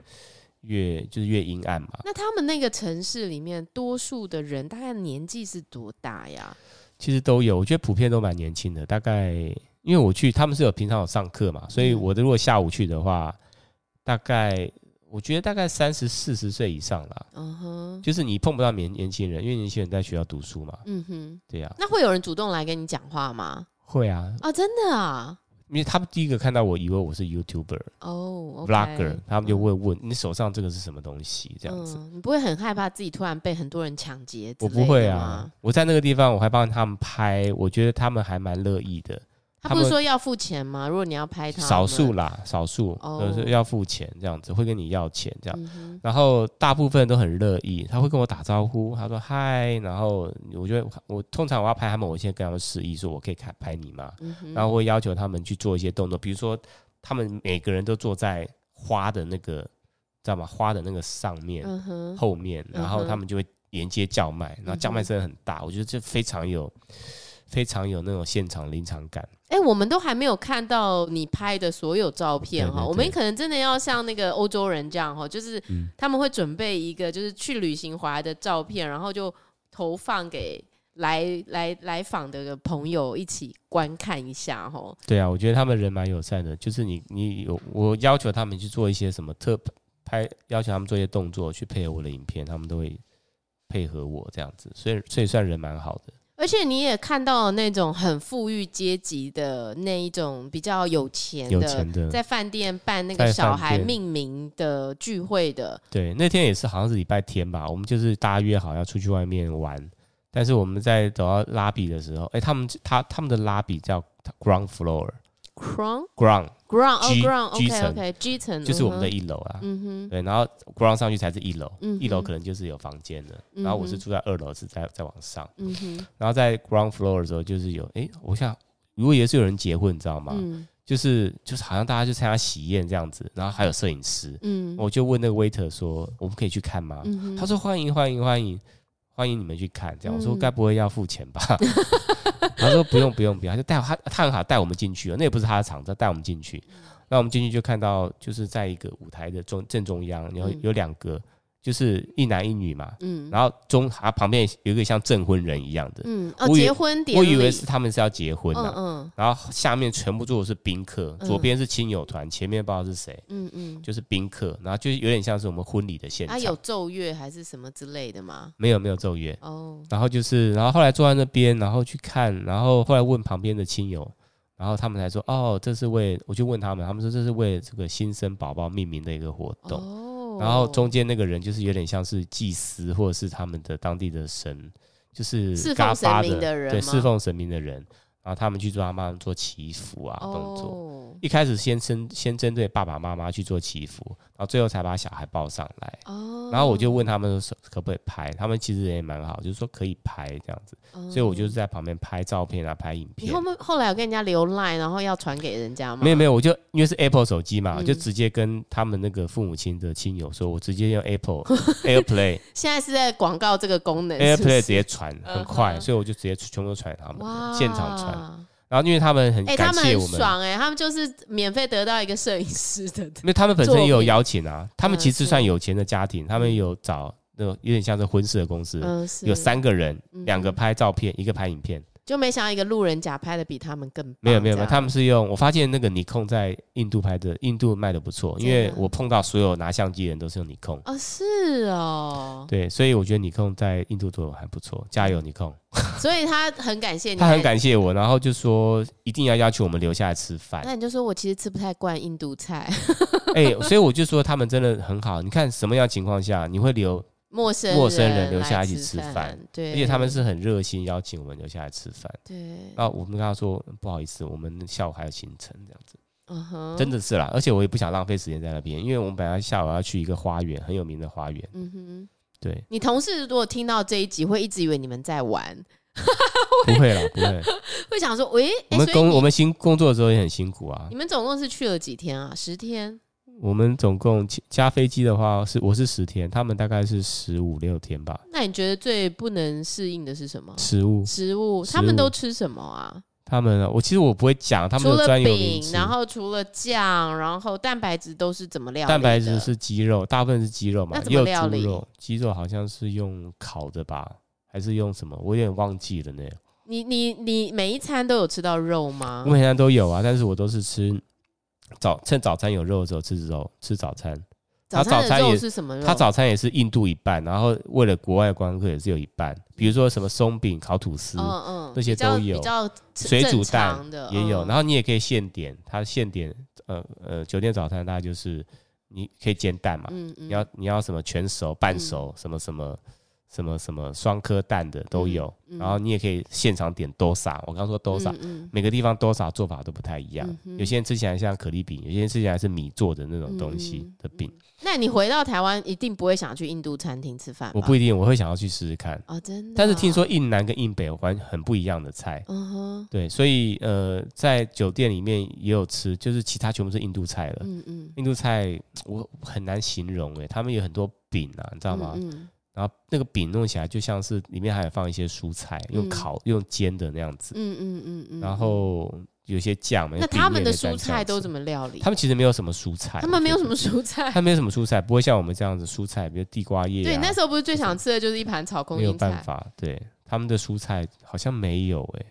S3: 越就是越阴暗嘛。
S2: 那他们那个城市里面，多数的人大概年纪是多大呀？
S3: 其实都有，我觉得普遍都蛮年轻的，大概因为我去他们是有平常有上课嘛，所以我的如果下午去的话，大概我觉得大概三十四十岁以上啦，
S2: 嗯哼，
S3: 就是你碰不到年年轻人，因为年轻人在学校读书嘛，
S2: 嗯哼，
S3: 对啊呀、
S2: 那会有人主动来跟你讲话吗？
S3: 会啊，
S2: 啊，真的啊，
S3: 因为他们第一个看到我以为我是 YouTuber、
S2: 哦
S3: Vlogger，他们就
S2: 嗯
S3: 会问你手上这个是什么东西这样子。
S2: 嗯，你不会很害怕自己突然被很多人抢劫？
S3: 我不会啊，，我在那个地方我还帮他们拍，我觉得他们还蛮乐意的。
S2: 他
S3: 他
S2: 不是
S3: 们
S2: 说要付钱吗？如果你要拍他，
S3: 少数啦，少数
S2: 哦
S3: 有时候要付钱这样子，会跟你要钱这样。
S2: 嗯哼，
S3: 然后大部分都很乐意，他会跟我打招呼，他说嗨，然后我就会我通常我要拍他们，我先跟他们示意说我可以拍拍你吗？
S2: 嗯哼，
S3: 然后会要求他们去做一些动作，比如说他们每个人都坐在花的那个，知道吗？花的那个上面、
S2: 嗯哼，
S3: 后面，然
S2: 嗯
S3: 后
S2: 哼
S3: 他们就会连接叫卖，然后叫卖声很大，我觉得这非常有非常有那种现场临场感。
S2: 哎、我们都还没有看到你拍的所有照片
S3: 对
S2: 哈，
S3: 对
S2: 我们
S3: 对嗯
S2: 可能真的要像那个欧洲人这样哈，就是他们会准备一个就是去旅行回来的照片，然后就投放给来来来访的朋友一起观看一下哈。
S3: 对啊，我觉得他们人蛮友善的，就是你你有我要求他们去做一些什么特拍，要求他们做一些动作去配合我的影片，他们都会配合我这样子，所以所以算人蛮好的。
S2: 而且你也看到了那种很富裕阶级的那一种比较有钱的，
S3: 有钱的
S2: 在饭店办那个
S3: 在
S2: 小
S3: 饭
S2: 孩
S3: 店
S2: 命名的聚会的，
S3: 对，那天也是好像是礼拜天吧，我们就是大家约好要出去外面玩，但是我们在走到拉比的时候，哎、他们他他们的拉比叫 ground floor
S2: crown
S3: ground，
S2: ground 哦
S3: G-
S2: ground
S3: G
S2: OK
S3: 层
S2: OK G 层
S3: 就是我们的
S2: 嗯哼
S3: 一楼啊。
S2: 嗯哼。
S3: 对，然后 ground 上去才是一楼，
S2: 嗯
S3: 一楼
S2: 哼
S3: 可能就是有房间的，
S2: 嗯
S3: 然后我是
S2: 哼
S3: 住在二楼，是在在往上。
S2: 嗯哼，
S3: 然后在 ground floor 的时候，就是有诶，我想如果也是有人结婚，你知道吗？
S2: 嗯
S3: 就是就是好像大家去参加喜宴这样子，然后还有摄影师，
S2: 嗯，
S3: 我就问那个 waiter 说，我们可以去看吗？
S2: 嗯哼
S3: 他说欢迎欢迎欢迎欢迎你们去看，这样、我说
S2: 嗯
S3: 该不会要付钱吧？ 他说不用不用不用，他就带他他很好带我们进去哦了，那也不是他的场子，他带我们进去。
S2: 嗯
S3: 那我们进去就看到就是在一个舞台的中正中央，然后
S2: 嗯
S3: 有两个就是一男一女嘛，
S2: 嗯
S3: 然后中啊旁边有一个像证婚人一样的，
S2: 嗯哦，
S3: 我以为
S2: 结婚典礼，
S3: 我以为是他们是要结婚啊的、
S2: 嗯嗯
S3: 然后下面全部坐的是宾客，
S2: 嗯
S3: 左边是亲友团，前面不知道是谁，
S2: 嗯嗯，
S3: 就是宾客，然后就是有点像是我们婚礼的现
S2: 啊
S3: 场，
S2: 有奏乐还是什么之类的吗？
S3: 没有没有奏乐，
S2: 哦，
S3: 然后就是，然后后来坐在那边，然后去看，然后后来问旁边的亲友，然后他们才说，哦，这是为我就问他们，他们说这是为这个新生宝宝命名的一个活动。
S2: 哦，
S3: 然后中间那个人就是有点像是祭司或者是他们的当地的神，就是
S2: 侍奉
S3: 嘎巴
S2: 神明的人
S3: 对，
S2: 吗
S3: 侍奉神明的人，然后他们去做他妈妈做祈福啊、动作。
S2: 哦
S3: 一开始先针先针对爸爸妈妈去做祈福，然后最后才把小孩抱上来。
S2: 哦，
S3: 然后我就问他们说可不可以拍，他们其实也蛮好，就是说可以拍这样子，
S2: 哦，
S3: 所以我就是在旁边拍照片啊，拍影
S2: 你
S3: 片
S2: 后。面后来有跟人家留 line，然后要传给人家吗？
S3: 没有没
S2: 有，
S3: 有，我就因为是 Apple 手机嘛，
S2: 嗯
S3: 我就直接跟他们那个父母亲的亲友说，我直接用 Apple AirPlay
S2: 现在是在广告这个功能
S3: AirPlay 直
S2: 是
S3: 接传，很快，所以我就直接全部都传他
S2: 不是嗯
S3: 们
S2: 哇，
S3: 的，现场传。。然后因为他们很
S2: 哎，
S3: 感
S2: 他们
S3: 谢
S2: 很
S3: 我们，
S2: 爽哎，他们就是免费得到一个摄影师的，
S3: 因为他们本身也
S2: 作
S3: 有
S2: 品
S3: 邀请啊，他们
S2: 嗯
S3: 其实
S2: 是
S3: 算有钱的家庭，他们有找那种有点像是婚事的公司，
S2: 嗯，是
S3: 有三个人，
S2: 嗯
S3: 两个
S2: 哼
S3: 拍照片，一个拍影片。
S2: 就没想到一个路人甲拍的比他们更棒
S3: 没有没
S2: 哦这
S3: 有没有，
S2: 样
S3: 他们是用我发现那个尼控在印度拍的，印度卖的不错，因
S2: 真
S3: 为
S2: 的
S3: 我碰到所有拿相机的人都是用尼控，
S2: 哦是哦，
S3: 对，所以我觉得尼控在印度做的还不错，加油尼控！
S2: 所以他很感谢你，
S3: 他很感谢我，然后就说一定要要求我们留下来吃饭，
S2: 那你就说我其实吃不太惯印度菜，
S3: 哎、所以我就说他们真的很好，你看什么样情况下你会留，
S2: 陌生
S3: 陌生人留
S2: 来
S3: 下来一起吃
S2: 吃
S3: 饭，
S2: 对，
S3: 而且他们是很热心邀请我们留下来吃饭，
S2: 对，
S3: 那我们跟他说不好意思，我们下午还有行程这样子。
S2: 嗯哼，
S3: 真
S2: 的，
S3: 的是啦，而且我也不想浪费时间在那边，因为我们本来下午要去一个花园，很有名的花园，
S2: 嗯哼，
S3: 对，
S2: 你同事如果听到这一集，会一直以为你们在玩，
S3: 不会了， 不会。
S2: 会想说，喂、
S3: 我
S2: 哎，
S3: 们
S2: 所以
S3: 工
S2: 你
S3: 我们辛工作的时候也很辛苦啊
S2: 你。们总共是去了几天啊？十天？
S3: 我们总共加加飞机的话是我是十天，他们大概是十五六天吧。
S2: 那你觉得最不能适应的是什么？
S3: 食物
S2: 食物，
S3: 食
S2: 他们
S3: 物
S2: 都吃什么啊？
S3: 他们啊我其实我不会讲他们
S2: 除
S3: 的
S2: 了
S3: 专有名
S2: 饼，
S3: 词，
S2: 然后除了酱，然后蛋白质都是怎么料理的？
S3: 蛋白质是鸡肉，大部分是鸡肉嘛
S2: 那，怎
S3: 也有
S2: 么料
S3: 猪
S2: 理
S3: 肉，鸡肉好像是用烤的吧，还是用什么？我有点忘记了呢。
S2: 你你你每一餐都有吃到肉吗
S3: 我？每天都有啊，但是我都是吃早趁早餐有肉的时候吃肉吃早餐。他
S2: 餐
S3: 早
S2: 的
S3: 餐
S2: 肉
S3: 也
S2: 是什么肉？
S3: 它早餐也是印度一半，然后为了国外观光客也是有一半，比如说什么松饼、烤吐司
S2: 嗯嗯
S3: 那些
S2: 比较
S3: 都有
S2: 比较
S3: 水
S2: 正
S3: 煮
S2: 常的
S3: 也有，
S2: 嗯
S3: 然后你也可以现点，它现点呃呃酒店早餐大概就是你可以煎蛋嘛，
S2: 嗯嗯
S3: 你要你要什么全熟、半熟，什么什么什么什么双颗蛋的都有，
S2: 嗯嗯
S3: 然后你也可以现场点多少，我刚说多少，
S2: 嗯嗯
S3: 每个地方多少做法都不太一样，
S2: 嗯哼
S3: 有些人吃起来像可丽饼，有些人吃起来是米做的那种东西
S2: 嗯
S3: 的饼，
S2: 那你回到台湾一定不会想去印度餐厅吃饭吧？
S3: 我不一定我会想要去试试看，
S2: 哦，真的啊。
S3: 但是听说印南跟印北有关很不一样的菜。
S2: 嗯哼，
S3: 对，所以呃，在酒店里面也有吃，就是其他全部是印度菜了。
S2: 嗯嗯，
S3: 印度菜我很难形容诶，他们有很多饼啊，你知道吗？
S2: 嗯嗯
S3: 然后那个饼弄起来就像是里面还有放一些蔬菜，用
S2: 嗯
S3: 烤、用煎的那样子，
S2: 嗯嗯嗯嗯。
S3: 然后有些酱嘛。
S2: 那他们的蔬菜都
S3: 么？
S2: 怎么料理？
S3: 他们其实没有什么蔬菜，
S2: 他们没有什么
S3: 我觉
S2: 蔬
S3: 得，
S2: 菜。
S3: 他没有什么蔬菜，不会像我们这样子蔬菜，比如地瓜叶、啊。
S2: 对，那时候不是最想吃的就是一盘炒空
S3: 没有
S2: 心
S3: 办
S2: 菜。
S3: 法，对他们的蔬菜好像没有诶，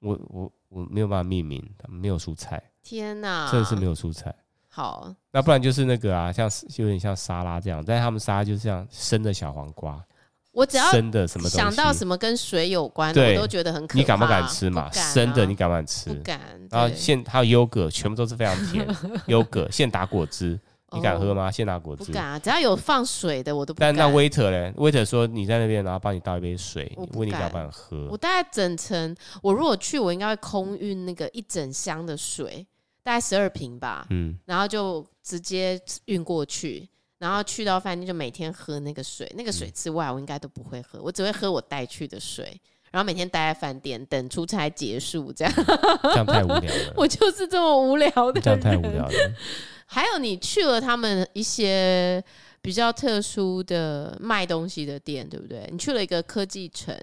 S3: 我我我没有办法命名，他们没有蔬菜，
S2: 天哪，
S3: 真的是没有蔬菜。
S2: 好，
S3: 那不然就是那个啊，像有点像沙拉这样，但是他们沙拉就是像生的小黄瓜，
S2: 我只要
S3: 生的什么东西，
S2: 想到什么跟水有关的，
S3: 对
S2: 我都觉得很可怕。
S3: 你敢不敢吃嘛？
S2: 不敢啊
S3: 生的你敢不敢
S2: 不
S3: 吃？
S2: 敢。
S3: 然后
S2: 对
S3: 现还有优格，全部都是非常 甜。优格现打果汁，你敢喝？
S2: 哦
S3: 吗？现打果
S2: 不
S3: 汁。
S2: 敢啊，只要有放水的我都不
S3: 但
S2: 敢。
S3: 那 waiter 呢？waiter 说你在那边，然后帮你倒一杯水，
S2: 我不
S3: 问你
S2: 敢
S3: 敢不敢喝
S2: 我？大概整层，我如果去，我应该会空运那个一整箱的水，大概十二瓶吧，
S3: 嗯，
S2: 然后就直接运过去，然后去到饭店就每天喝那个水。那个
S3: 嗯
S2: 水之外，我应该都不会喝，我只会喝我带去的水。然后每天待在饭店等出差结束，这样
S3: 这样太无聊了，
S2: 我就是这么无聊的人。
S3: 这样太无聊了。
S2: 还有你去了他们一些比较特殊的卖东西的店，对不对？你去了一个科技城，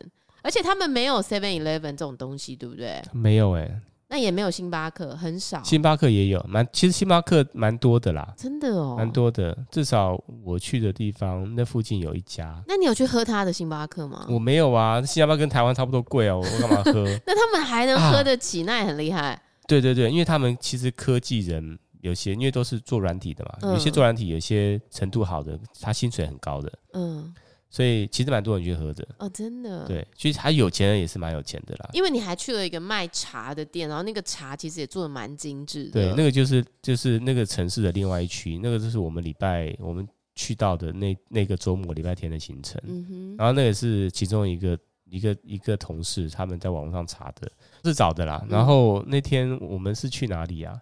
S2: 而且他们没有 Seven Eleven 这种东西，对不对？
S3: 没有哎、
S2: 那也没有星巴克，很少，
S3: 星巴克也有，蛮其实星巴克蛮多的啦，
S2: 真的哦，
S3: 蛮。多的。至少我去的地方那附近有一家，
S2: 那你有去喝他的星巴克吗？
S3: 我没有啊。新加坡跟台湾差不多贵哦，我干嘛喝？
S2: 那他们还能
S3: 啊
S2: 喝得起，那也很厉害。
S3: 对对对，因为他们其实科技人有些，因为都是做软体的嘛，
S2: 嗯
S3: 有些做软体，有些程度好的，他薪水很高的，
S2: 嗯，
S3: 所以其实蛮多人去喝的。
S2: 哦，真的。。
S3: 对，其实他有钱人也是蛮有钱的啦。
S2: 因为你还去了一个卖茶的店，然后那个茶其实也做的蛮精致的。
S3: 对，那个就是就是那个城市的另外一区，那个就是我们礼拜我们去到的那那个周末礼拜天的行程。
S2: 嗯哼，
S3: 然后那也是其中一个一个一个同事他们在网络上查的，是找的啦。
S2: 嗯
S3: 然后那天我们是去哪里啊？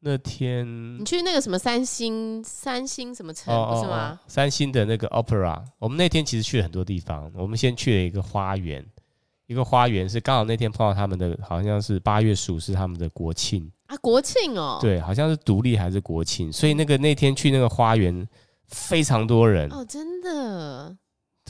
S3: 那天
S2: 你去那个什么三星三星什么城不是吗？
S3: 哦三星的那个 Opera，我们那天其实去了很多地方。我们先去了一个花园，一个花园是刚好那天碰到他们的，好像是八月十五是他们的国庆，
S2: 啊，国庆哦。。
S3: 对，好像是独立还是国庆，所以那个那天去那个花园非常多人，
S2: 哦，真的。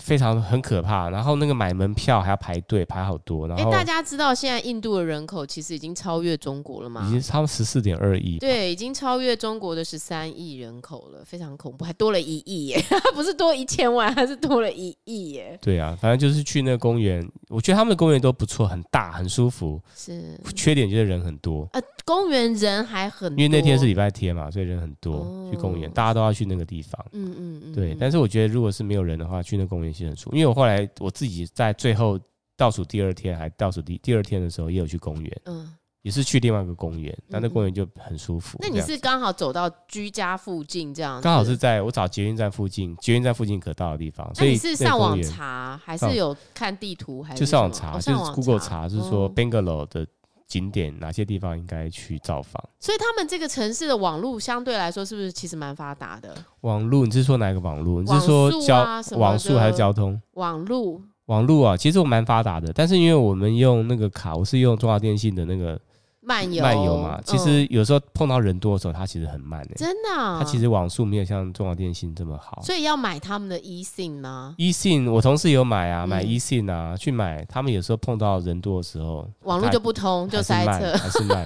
S3: 非常很可怕。然后那个买门票还要排队，排好多，然
S2: 哎、
S3: 后
S2: 大家知道现在印度的人口其实已经超越中国了
S3: 已
S2: 吗
S3: 经？超十四点二亿，
S2: 对，已经超越中国的十三亿人口了，非常恐怖，还多了一亿耶！ 不是多一千万，还是多了一亿耶！
S3: 对啊，反正就是去那个公园，我觉得他们的公园都不错，很大，很舒服。
S2: 是
S3: 缺点就是人很多，
S2: 呃，公园人还很
S3: 因
S2: 多，
S3: 为那天是礼拜天嘛，所以人很多，
S2: 哦
S3: 去公园大家都要去那个地方。
S2: 嗯嗯嗯，
S3: 对，
S2: 嗯
S3: 但是我觉得如果是没有人的话，去那公园其实很舒服。因为我后来我自己在最后倒数第二天，还倒数第第二天的时候，也有去公园，
S2: 嗯，
S3: 也是去另外一个公园，但
S2: 嗯
S3: 那
S2: 嗯
S3: 公园就很舒服。
S2: 那
S3: 这
S2: 你
S3: 样
S2: 是刚好走到居家附近这样子，
S3: 刚好是在我找捷运站附近，捷运站附近可到的地方，
S2: 那
S3: 所以
S2: 你是
S3: 那个
S2: 上
S3: 公
S2: 网
S3: 园
S2: 查还
S3: 上
S2: 是有看地图还是
S3: 就上网
S2: 什么
S3: 查，
S2: 哦
S3: 就是 Google 查，就是说
S2: 哦
S3: Bangalore 的景点，哪些地方应该去造访。
S2: 所以他们这个城市的网络相对来说是不是其实蛮发达的？
S3: 网路，你是说哪一个网路？你
S2: 网
S3: 是说
S2: 速
S3: 交、
S2: 啊什么
S3: 网速还是
S2: 的
S3: 交通？
S2: 网络
S3: 网路啊，其实我蛮发达的，但是因为我们用那个卡，我是用中华电信的那个
S2: 漫游
S3: 漫游嘛，其
S2: 嗯
S3: 实有时候碰到人多的时候，它其实很慢诶、
S2: 真的啊、
S3: 它其实哦网速没有像中华电信这么好。
S2: 所以要买他们的 e 信吗？
S3: e 信我同事有买啊，
S2: 嗯
S3: 买 e 信啊，去买，他们有时候碰到人多的时候，
S2: 网络就不通，就
S3: 还是
S2: 塞
S3: 慢，
S2: 车，
S3: 还是慢。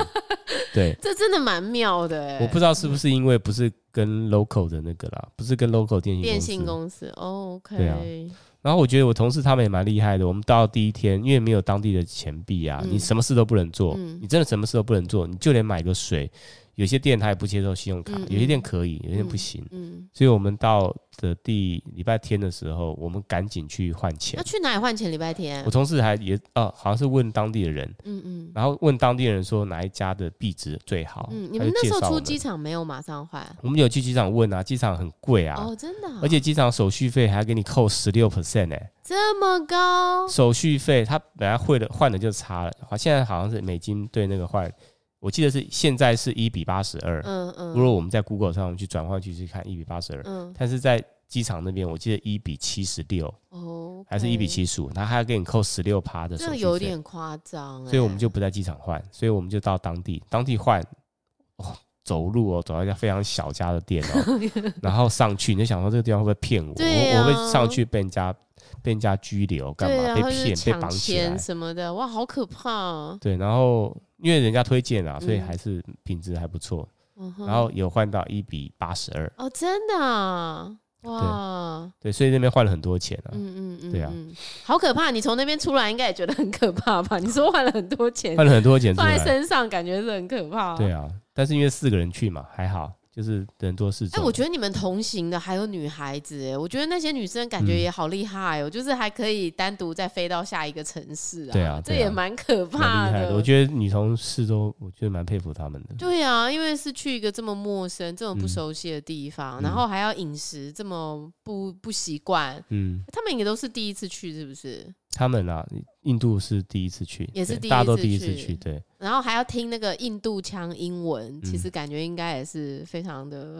S3: 对，
S2: 这真的蛮妙的哎、
S3: 我不知道是不是因为不是跟 local 的那个啦，不是跟 local 电信
S2: 电信
S3: 司。
S2: 公司、哦、，OK，
S3: 对啊然后我觉得我同事他们也蛮厉害的，我们到第一天，因为没有当地的钱币啊，
S2: 嗯
S3: 你什么事都不能做，
S2: 嗯
S3: 你真的什么事都不能做，你就连买个水，有些店他也不接受信用卡，
S2: 嗯
S3: 有些店可以，有些店不
S2: 嗯
S3: 行。
S2: 嗯，
S3: 所以我们到的第礼拜天的时候，我们赶紧去换钱
S2: 要。去哪里换钱？礼拜天
S3: 我，同事还也哦，好像是问当地的人，
S2: 嗯嗯
S3: 然后问当地人说哪一家的币值最好。
S2: 嗯，你
S3: 哦他
S2: 们
S3: 就
S2: 那
S3: 介
S2: 时候
S3: 绍我
S2: 出
S3: 们
S2: 机，场没有马上换、
S3: 我们有去机场问啊，机场很贵啊，
S2: 哦，真的啊、
S3: 而且机场手续费还要给你扣十六 percent 哎，
S2: 这么高，
S3: 手续费它本来汇了换了就差了，好现在好像是美金对那个换，我记得是现在是一比八十二。
S2: 嗯嗯，
S3: 如果我们在 Google 上去转换去去看一比八十二，
S2: 嗯
S3: 但是在机场那边我记得一比七十六
S2: 哦，
S3: 还是一比，七十五，他还要给你扣十六趴的
S2: 这
S3: 手
S2: 样
S3: 续
S2: 有
S3: 费，
S2: 点夸张哎，
S3: 所以我们就不在机场换，所以我们就到当地，当地换，哦，走路哦，走到一家非常小家的店 哦，然后上去，你就想说这个地方会不会骗我？
S2: 对
S3: 我我
S2: 啊
S3: 会上去被人家被人家拘留干
S2: 对
S3: 嘛？
S2: 啊，
S3: 被
S2: 或者是
S3: 骗被绑
S2: 抢
S3: 起来
S2: 钱？什么的，哇，好可怕、啊，
S3: 对，然后因为人家推荐啊，所以
S2: 嗯
S3: 还是品质还不错，
S2: 嗯哼
S3: 然后有换到一比八十二，
S2: 哦，真的、啊，哇，
S3: 对，所以那边换了很多钱啊。
S2: 嗯嗯嗯，
S3: 对啊
S2: 嗯，好可怕！你从那边出来应该也觉得很可怕吧？你 说换了很多钱
S3: 换了很多钱出
S2: 放在
S3: 来，
S2: 身上，感觉是很可怕。哎
S3: 对啊，但是因为四个人去嘛，还好，就是人多势
S2: 哎、
S3: 众。
S2: 我觉得你们同行的还有女孩子，哎，我觉得那些女生感觉
S3: 嗯
S2: 也好厉害哦，就是还可以单独再飞到下一个城市啊，
S3: 对啊
S2: 这
S3: 对啊
S2: 也蛮可怕
S3: 蛮厉害的，我觉得女同事都，我觉得蛮佩服他们的。
S2: 对啊，因为是去一个这么陌生、这么不
S3: 嗯
S2: 熟悉的地方，
S3: 嗯
S2: 然后还要饮食这么不不习惯，
S3: 嗯，
S2: 他们也都是第一次去，是不是？
S3: 他们啊，印度是第一次去，
S2: 也是
S3: 对
S2: 第一
S3: 大家都
S2: 次
S3: 第一次
S2: 去
S3: 去，对，
S2: 然后还要听那个印度腔英文，其
S3: 嗯
S2: 实感觉应该也是非常的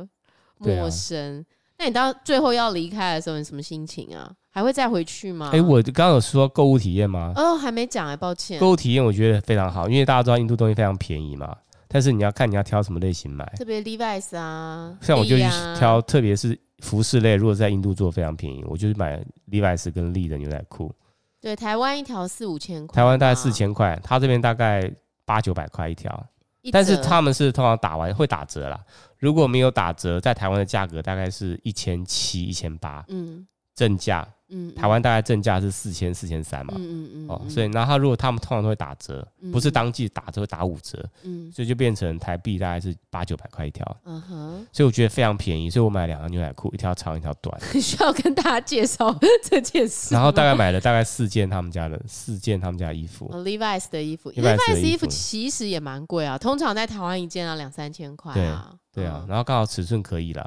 S3: 对啊
S2: 陌生。那你到最后要离开的时候，你什么心情啊？还会再回去吗？
S3: 哎、我刚刚有说购物体验吗？
S2: 啊哦，还没讲哎、抱歉。
S3: 购物体验我觉得非常好，因为大家知道印度东西非常便宜嘛，但是你要看你要挑什么类型买。
S2: 特别 Levi's 啊，
S3: 像我就去
S2: Lee 啊
S3: 挑，特别是服饰类，如果在印度做非常便宜，我就是买 Levi's 跟 Lee 的牛仔裤，
S2: 对，台湾一条四五千块嘛，
S3: 台湾大概四千块，他这边大概八九百块一条，
S2: 一折，
S3: 但是他们是通常打完会打折啦。如果没有打折，在台湾的价格大概是一千七、一千八
S2: 嗯
S3: 正价，
S2: 嗯，
S3: 台湾大概正价是四千、四千三嘛。
S2: 嗯嗯嗯
S3: 哦，
S2: 嗯，
S3: 所以然后他如果他们通常都会打折，不是
S2: 嗯
S3: 当季打折会打五折，
S2: 嗯
S3: 所以就变成台币大概是八九百块一条，
S2: 嗯哼，
S3: 所以我觉得非常便宜，所以我买了两条牛仔裤，一条长一条 短，
S2: 需要跟大家介绍这件事吗。
S3: 然后大概买了大概四件他们家的四件他们家的衣服，
S2: 哦 Levi's 的衣服
S3: Levi's 的
S2: 衣
S3: 衣
S2: 服
S3: 服
S2: 其实也蛮贵啊，通常在台湾一件要两三千块啊。
S3: 对啊，
S2: 嗯，
S3: 然后刚好尺寸可以啦。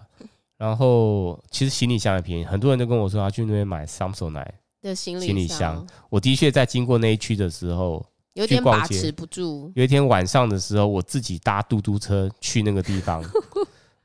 S3: 然后其实行李箱也便宜，很多人都跟我说要去那边买 Samsonite，
S2: 的行
S3: 行李
S2: 箱
S3: 箱我的确在经过那一区的时候，
S2: 有点
S3: 去逛
S2: 把
S3: 街
S2: 持不住。
S3: 有一天晚上的时候，我自己搭嘟嘟车去那个地 方，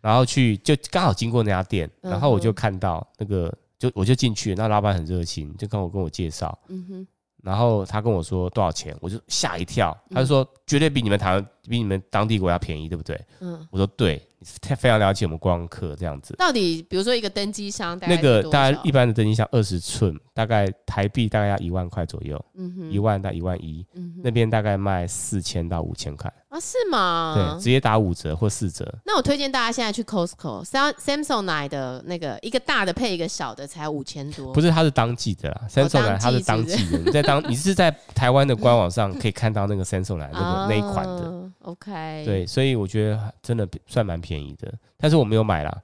S3: 然后去就刚好经过那家店，然后我
S2: 嗯
S3: 就
S2: 哼
S3: 看到那个就我就进去，那老板很热情，就跟我跟我介绍，
S2: 嗯哼，
S3: 然后他跟我说多少钱，我就吓一跳，
S2: 嗯
S3: 他就说绝对比你们台湾比你们当地国家便宜，对不对？
S2: 嗯，
S3: 我说对，你是太非常了解我们观光客这样子。
S2: 到底比如说一个登机箱，大概
S3: 那个
S2: 是多
S3: 大概
S2: 少
S3: 一般的登机箱二十寸，大概台币大概要一万块左右，
S2: 嗯哼
S3: 一万到一万一，
S2: 嗯哼
S3: 那边大概卖四千到五千块，
S2: 啊是吗？
S3: 对，直接打五折或四折。
S2: 那我推荐大家现在去 Costco、Sam Samsung 买的那个一个大的配一个小的，才五千多。
S3: 不
S2: 是，
S3: 是，它是当季的啦，Samsung
S2: 哦当
S3: 来它是
S2: 季
S3: 当
S2: 是
S3: 季的，你在当 你是在台湾的官网上可以看到那个 Samsung 来那个
S2: 啊、
S3: 那一款的，
S2: OK，，
S3: 对，所以我觉得真的算蛮便宜的，但是我没有买啦。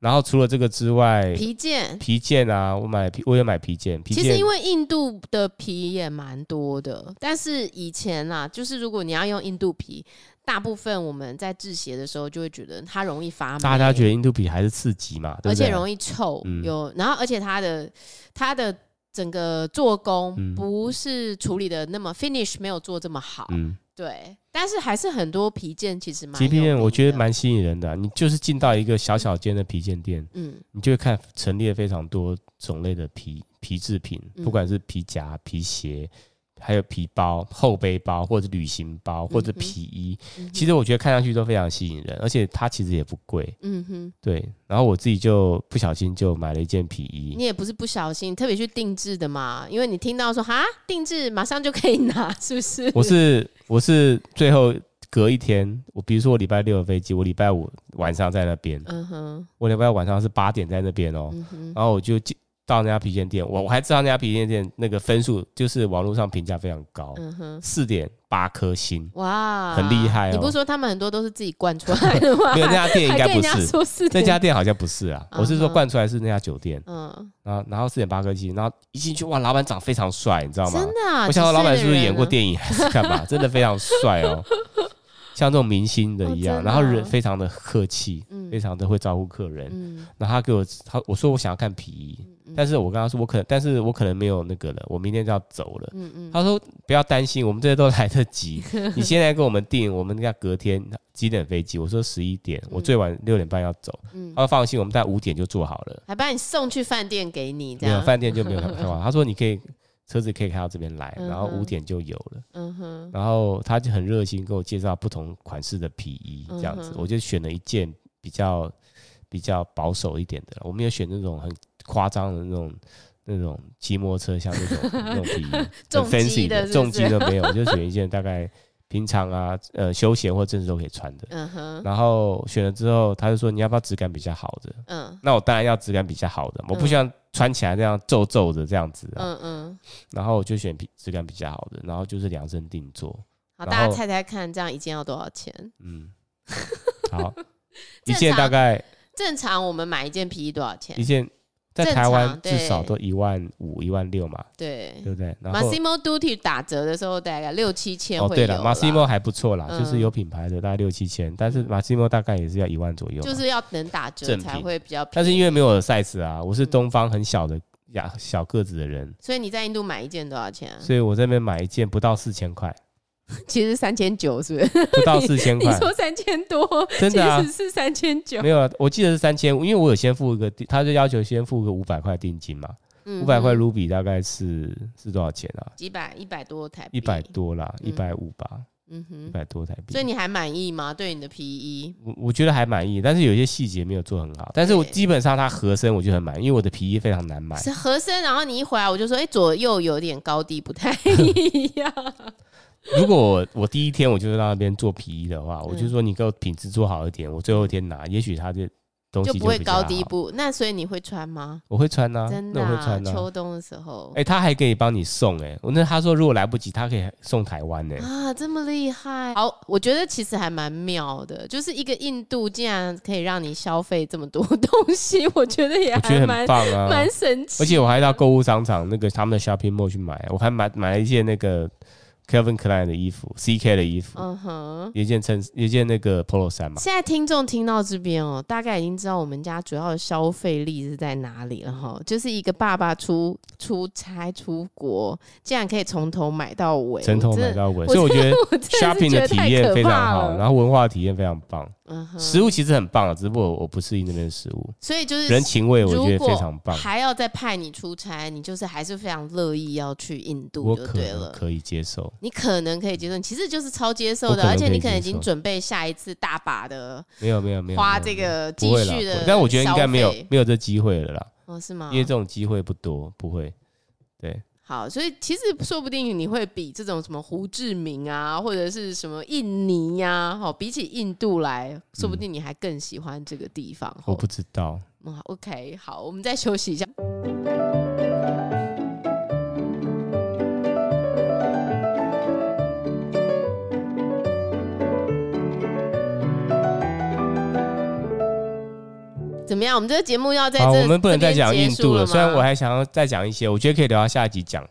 S3: 然后除了这个之外，
S2: 皮件。
S3: 皮件啊，我买皮，我也买皮件，皮
S2: 其实
S3: 件
S2: 因为印度的皮也蛮多的，但是以前啊，就是如果你要用印度皮，大部分我们在制鞋的时候就会觉得它容易发霉，
S3: 大家觉得印度皮还是刺激嘛，对
S2: 而
S3: 不对？
S2: 且容易臭，
S3: 嗯
S2: 有然后而且它的它的整个做工
S3: 嗯
S2: 不是处理的那么 finish 没有做这么好，
S3: 嗯，
S2: 对，但是还是很多皮件其实蛮
S3: 其实皮
S2: 有
S3: 件
S2: 名
S3: 我觉得
S2: 的
S3: 蛮吸引人的啊、你就是进到一个小小间的皮件店，
S2: 嗯
S3: 你就会看陈列非常多种类的皮皮制品，
S2: 嗯
S3: 不管是皮夹、皮鞋，还有皮包、后背包，或者旅行包，或者
S2: 嗯哼
S3: 皮衣。
S2: 嗯哼
S3: 其实我觉得看上去都非常吸引人，而且它其实也不贵。
S2: 嗯哼，
S3: 对，然后我自己就不小心就买了一件皮衣
S2: 你。也不是不小心特别去定制的嘛，因为你听到说哈定制马上就可以拿，是不是？
S3: 我是我是最后隔一天，我比如说我礼拜六的飞机，我礼拜五晚上在那边，
S2: 嗯哼
S3: 我礼拜五晚上是八点在那边哦，
S2: 嗯哼
S3: 然后我就进到那家皮件店，我我还知道那家皮件店那个分数就是网络上评价非常高，
S2: 嗯哼，
S3: 四点八 颗星，
S2: 哇，
S3: 很厉害哦
S2: 你不是说他们很多都是自己灌出来的吗？
S3: 没有那家店应
S2: 还
S3: 该
S2: 跟
S3: 不
S2: 人家
S3: 是，
S2: 说是
S3: 那
S2: 的
S3: 家店好像不是啊，我是
S2: 嗯
S3: 说
S2: 哼
S3: 灌出来是那家酒店，
S2: 嗯，
S3: 然后然后四点八颗星，然后一进去哇，老板长非常帅，你知道吗？
S2: 真的、啊，
S3: 我想到
S2: 几岁
S3: 老板
S2: 的
S3: 是不是
S2: 人
S3: 演过
S2: 啊？
S3: 电影 还是干嘛？真的非常帅 哦，像这种明星的一样，
S2: 哦真的
S3: 然后人非常的客气，
S2: 嗯
S3: 非常的会招呼客人。
S2: 嗯
S3: 然后他给我他我说我想要看皮衣，
S2: 嗯
S3: 但是我跟他说我可但是我可能没有那个了，我明天就要走了。
S2: 嗯嗯，
S3: 他说不要担心，我们这些都来得 及。你现在跟我们订，我们要隔天几点飞机？我说十一点，我最晚六点半要走。
S2: 嗯
S3: 他说放心，我们大概五点就做好了。
S2: 还把你送去饭店给你这
S3: 没有
S2: 样，
S3: 饭店就没有开开完。他说你可以车子可以开到这边来，然后
S2: 嗯哼
S3: 五点就有了。
S2: 嗯哼，
S3: 然后他就很热心跟我介绍不同款式的皮衣，这样子
S2: 嗯，哼
S3: 我就选了一件比较比较保守一点的，我没有选那种很夸张的那种那种骑摩托车像那种那种 皮衣，
S2: 重
S3: 很 fancy
S2: 机的是不是
S3: 的重击的没有，我就选一件大概平常啊呃休闲或正式都可以穿的。
S2: 嗯哼，
S3: 然后选了之后，他就说你要不要质感比较好的？
S2: 嗯
S3: 那我当然要质感比较好的，我不
S2: 嗯
S3: 希望穿起来这样皱皱的这样子啊。
S2: 嗯嗯，
S3: 然后我就选皮质感比较好的，然后就是量身定做。
S2: 好，
S3: 然后
S2: 大家猜猜看，这样一件要多少钱？
S3: 嗯，好，一
S2: 正
S3: 件大
S2: 常
S3: 概
S2: 正常我们买一件皮衣多少钱
S3: 一？件在
S2: 正
S3: 台湾
S2: 常
S3: 至少
S2: 对
S3: 都一万五、一万六嘛，
S2: 对
S3: 对不对？然后
S2: 嗯，Massimo Dutti 打折的时候大概六七千
S3: 哦，
S2: 会
S3: 对
S2: 有
S3: 了
S2: 啦。
S3: ，Massimo 还不错啦，就是
S2: 嗯
S3: 有品牌的大概六七千，但是 Massimo 大概也是要一万左右嘛。
S2: 就是要能打折
S3: 正品
S2: 才会比较便宜。
S3: 但是因为没有 size 啊，我是
S2: 嗯
S3: 东方很小的呀小个子的人，
S2: 所以你在印度买一件多少钱啊？
S3: 所以我这边买一件不到四千块，
S2: 其实三千九，是不是？
S3: 不到四千
S2: 你
S3: 块，
S2: 说三千多，
S3: 真的啊
S2: 其实是三千九。
S3: 没有啊，我记得是三千，因为我有先付一个定，他就要求先付个五百块定金嘛，
S2: 五
S3: 五百块卢比大概是是多少钱啊？
S2: 嗯几百一百多台币，
S3: 一百多啦，一
S2: 嗯
S3: 百五吧，
S2: 嗯
S3: 一
S2: 哼。
S3: 百多台币。
S2: 所以你还满意吗？对你的 E 皮衣？
S3: 我我觉得还满意，但是有一些细节没有做很好。但是我
S2: 对
S3: 基本上它合身我就很满意，因为我的皮衣非常难买。
S2: 是合身，然后你一回来我就说，哎、左右有点高低不 太一样。
S3: 如果我我第一天我就到那边做皮衣的话，我就
S2: 嗯
S3: 说你给我品质做好一点，我最后一天拿，也许它的东西
S2: 就不会
S3: 比较
S2: 高低
S3: 好。
S2: 不。那所以你会穿吗？
S3: 我会穿呐，
S2: 真的
S3: 那我
S2: 啊、
S3: 会穿呐。
S2: 秋冬的时候、
S3: 哎，他还可以帮你送哎，我那他说如果来不及，他可以送台湾呢。哎
S2: 啊，这么厉害。好，我觉得其实还蛮妙的，就是一个印度竟然可以让你消费这么多东西，我觉得也
S3: 我觉
S2: 还
S3: 得
S2: 蛮
S3: 很棒啊，
S2: 蛮神奇。
S3: 而且我还到购物商场那个他们的 shopping mall 去买，我还买买了一件那个 Kevin Klein 的衣服，CK 的衣服，
S2: 嗯哼。
S3: 一件衬，一件那个 polo 衫嘛。
S2: 现在听众听到这边哦，大概已经知道我们家主要的消费力是在哪里了哈。就是一个爸爸出出差出国，竟然可以从头买到尾，
S3: 从头
S2: 我真的
S3: 买到
S2: 我
S3: 尾，所以我觉得
S2: 我真的是
S3: shopping
S2: 觉
S3: 的
S2: 得
S3: 体
S2: 太
S3: 验
S2: 可
S3: 非常
S2: 怕
S3: 好，
S2: 了。
S3: 然后文化的体验非常棒，
S2: 嗯哼，
S3: 食物其实很棒啊，只不过我不适应那边的食物，
S2: 所以就是
S3: 人情味我
S2: 如
S3: 觉得
S2: 果
S3: 非常棒，
S2: 还要再派你出差，你就是还是非常乐意要去印度
S3: 我
S2: 就
S3: 可
S2: 对
S3: 能
S2: 了。
S3: 可以接受。
S2: 你可能可以接受，你其实就是超接受
S3: 我
S2: 的，
S3: 可能
S2: 而且
S3: 可以
S2: 你可能已
S3: 接
S2: 经
S3: 受
S2: 准备下一次大把的
S3: 没有没有没有，
S2: 花
S3: 没有
S2: 这
S3: 没有
S2: 个继
S3: 不会啦
S2: 续
S3: 不会
S2: 的，
S3: 但我觉得应该没有没有这机会了啦，
S2: 哦，是吗
S3: 因？为这种机会不多，不会。对，
S2: 好，所以其实说不定你会比这种什么胡志明啊，或者是什么印尼呀、啊，好，比起印度来，说不定你还更喜欢这个地方。
S3: 嗯我
S2: 吼
S3: 不知道。
S2: 嗯好，OK，好，我们再休息一下。怎么样？我们这个节目要在
S3: 好，
S2: 这，
S3: 我们不能
S2: 这
S3: 再
S2: 边
S3: 讲
S2: 结
S3: 印
S2: 束
S3: 度
S2: 了
S3: 了。虽然
S2: 吗
S3: 我还想要再讲一些，我觉得可以留到下一集讲。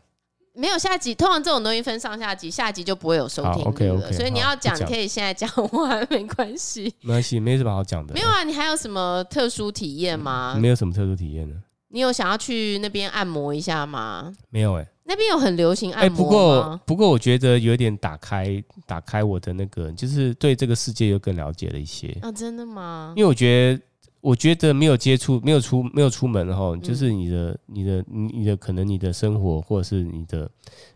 S2: 没有下集，通常这种东西分上下集，下集就不会有收听率了。
S3: 好，OK，OK，
S2: 所以你
S3: 好
S2: 要讲
S3: 不，讲
S2: 可以现在讲完，没关系。
S3: 没关系，没什么好讲的。
S2: 没有啊啊，你还有什么特殊体验吗？
S3: 嗯没有什么特殊体验呢？
S2: 你有想要去那边按摩一下吗？
S3: 没有哎，
S2: 那边有很流行
S3: 哎、
S2: 啊按摩吗？
S3: 不过不过，我觉得有点打开打开我的那个，就是对这个世界又更了解了一些。
S2: 啊，真的吗？
S3: 因为我觉得，我觉得没有接触、没有出、没有出门
S2: 嗯
S3: 哈，就是你的、你的、你你的可能你的生活或者是你的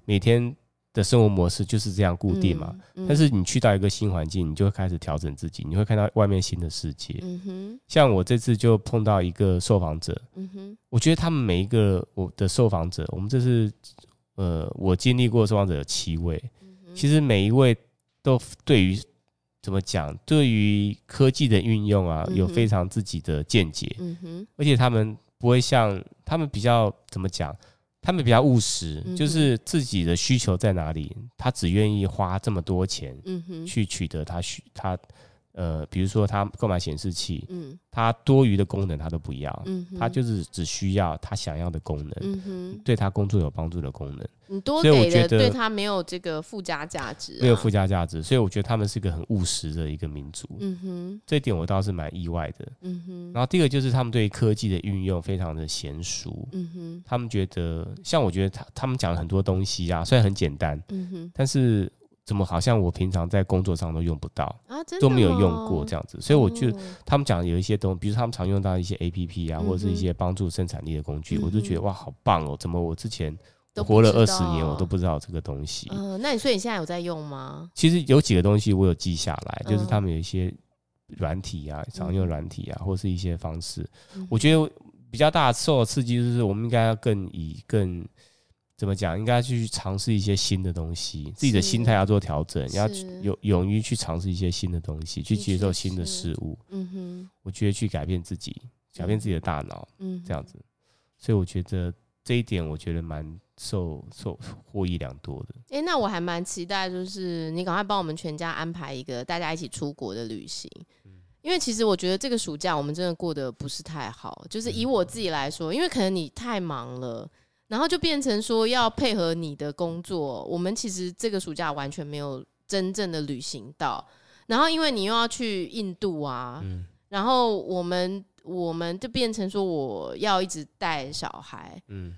S3: 每天的生活模式就是这样固定嘛。
S2: 嗯，嗯
S3: 但是你去到一个新环境，你就会开始调整自己，你会看到外面新的世界。
S2: 嗯哼，
S3: 像我这次就碰到一个受访者，
S2: 嗯哼，
S3: 我觉得他们每一个我的受访者，我们这次呃，我经历过的受访者有七位，
S2: 嗯
S3: 其实每一位都对于怎么讲，对于科技的运用啊，
S2: 嗯哼
S3: 有非常自己的见解，
S2: 嗯哼，
S3: 而且他们不会像他们比较怎么讲，他们比较务实，
S2: 嗯哼
S3: 就是自己的需求在哪里，他只愿意花这么多钱
S2: 嗯哼，
S3: 去取得他需他。呃，比如说他购买显示器，
S2: 嗯
S3: 他多余的功能他都不要，
S2: 嗯哼，
S3: 他啊就是只需要他想要的功能，
S2: 嗯啊哼，
S3: 对他工作有帮助的功能，
S2: 你多
S3: 所以我
S2: 给
S3: 觉
S2: 的
S3: 得
S2: 对他没有这个附加价值、啊，
S3: 没有附，加价值，所以我觉得他们是个很务实的一个民族，
S2: 嗯哼，
S3: 这一点我倒是蛮意外的。
S2: 嗯哼，
S3: 然后第二个就是他们对科技的运用非常的娴熟，
S2: 嗯哼，
S3: 他们觉得像我觉得他他们讲了很多东西啊，虽然很简单，
S2: 嗯哼，
S3: 但是怎么好像我平常在工作上都用不到，
S2: 啊，真的
S3: 都没有用过这
S2: 样，
S3: 样子，所以我就
S2: 哦
S3: 他们讲的有一些东，比如他们常用到一些 A P P 啊，
S2: 嗯哼
S3: 或者是一些帮助生产力的工具，
S2: 嗯哼
S3: 我就觉得哇，好棒哦！怎么我之前
S2: 都不
S3: 活了
S2: 知道
S3: 二十年，我都不知道这个东西？
S2: 嗯、那你所以你现在有在用吗？
S3: 其实有几个东西我有记下来，
S2: 嗯
S3: 就是他们有一些软体啊，常用软体啊，或是一些方式。
S2: 嗯
S3: 我觉得比较大的受的刺激就是，我们应该要更以更怎么讲，应该去尝试一些新的东西，自己的
S2: 是
S3: 心态要做调整，要
S2: 是
S3: 勇勇于去尝试一些新的东西，去
S2: 的
S3: 接
S2: 确
S3: 受新的
S2: 是
S3: 事物。
S2: 嗯哼，
S3: 我觉得去改变自己，改变自己的大脑，
S2: 嗯哼，
S3: 这样子。所以我觉得这一点，我觉得蛮受受获益良多的。
S2: 哎、那我还蛮期待，就是你赶快帮我们全家安排一个大家一起出国的旅行。因为其实我觉得这个暑假我们真的过得不是太好，就是以我自己来说，因为可能你太忙了，然后就变成说要配合你的工作，我们其实这个暑假完全没有真正的旅行到。然后因为你又要去印度啊，
S3: 嗯
S2: 然后我们我们就变成说我要一直带小孩，
S3: 嗯，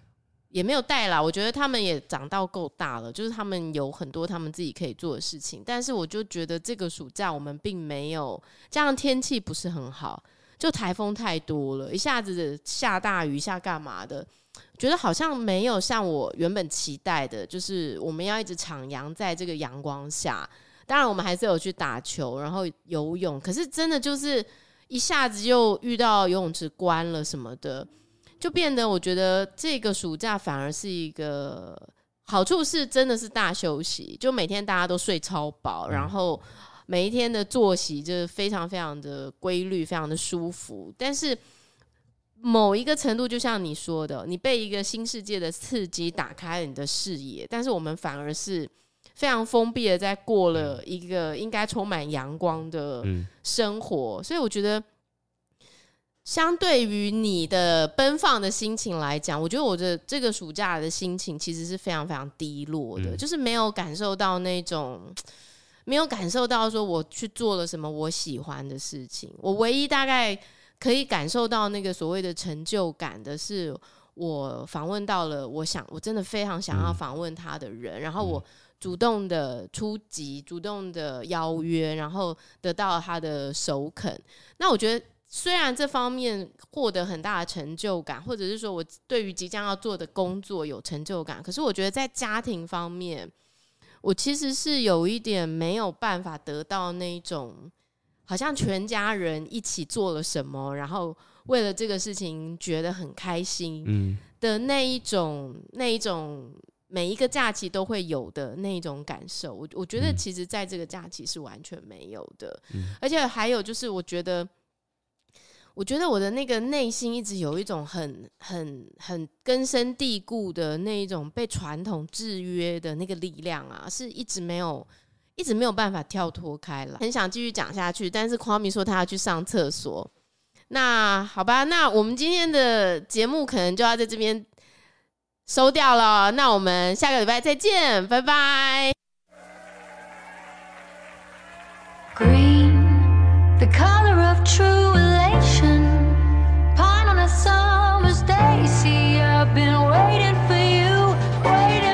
S2: 也没有带啦，我觉得他们也长到够大了，就是他们有很多他们自己可以做的事情。但是我就觉得这个暑假我们并没有，加上天气不是很好，就台风太多了，一下子下大雨，一下干嘛的，觉得好像没有像我原本期待的，就是我们要一直徜徉在这个阳光下。当然，我们还是有去打球，然后游泳，可是真的就是一下子又遇到游泳池关了什么的，就变得我觉得这个暑假反而是一个好处是真的是大休息，就每天大家都睡超饱，然后每一天的作息就是非常非常的规律，非常的舒服。但是某一个程度，就像你说的，你被一个新世界的刺激打开了你的视野，但是我们反而是。非常封闭的，在过了一个应该充满阳光的
S3: 嗯
S2: 生活，所以我觉得，相对于你的奔放的心情来讲，我觉得我的这个暑假的心情其实是非常非常低落的，
S3: 嗯
S2: 就是没有感受到那种。没有感受到说我去做了什么我喜欢的事情，我唯一大概可以感受到那个所谓的成就感的是，我访问到了我想我真的非常想要
S3: 嗯
S2: 访问他的人，然后我主动的出击，主动的邀约，然后得到他的首肯。那我觉得。虽然这方面获得很大的成就感，或者是说我对于即将要做的工作有成就感，可是我觉得在家庭方面，我其实是有一点没有办法得到那种好像全家人一起做了什么，然后为了这个事情觉得很开心，
S3: 嗯，
S2: 的那一种那一种每一个假期都会有的那一种感受，我我觉得
S3: 嗯
S2: 其实在这个假期是完全没有的，而且还有就是我觉得。我觉得我的那个内心一直有一种很、很、很根深蒂固的那一种被传统制约的那个力量啊，是一直没有、一直没有办法跳脱开来。很想继续讲下去，但是 m 米说他要去上厕所，那好吧，那我们今天的节目可能就要在这边收掉了。那我们下个礼拜再见，拜拜。
S4: Green, the color of true elation. Pine on a summer's day. See, I've been waiting for you, waiting.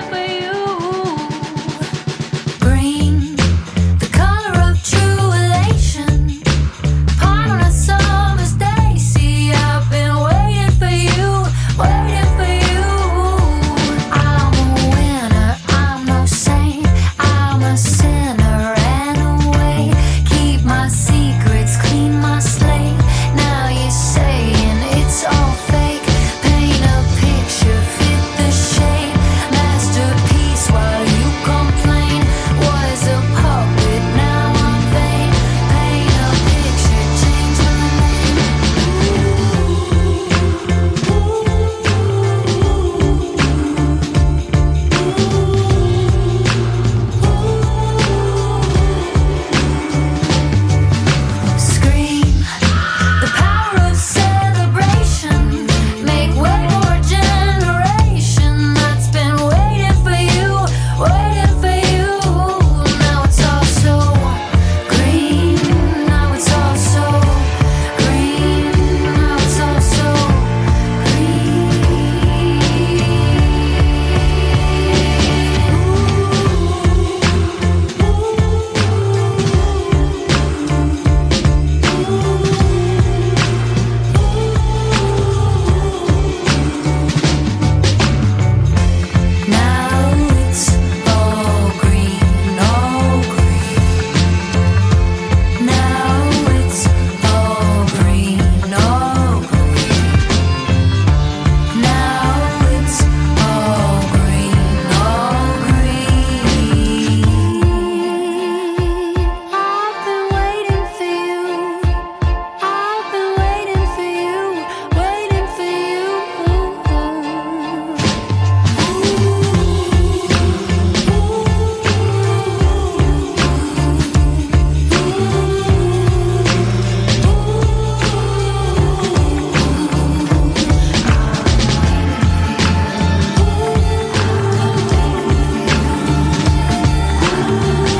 S4: you.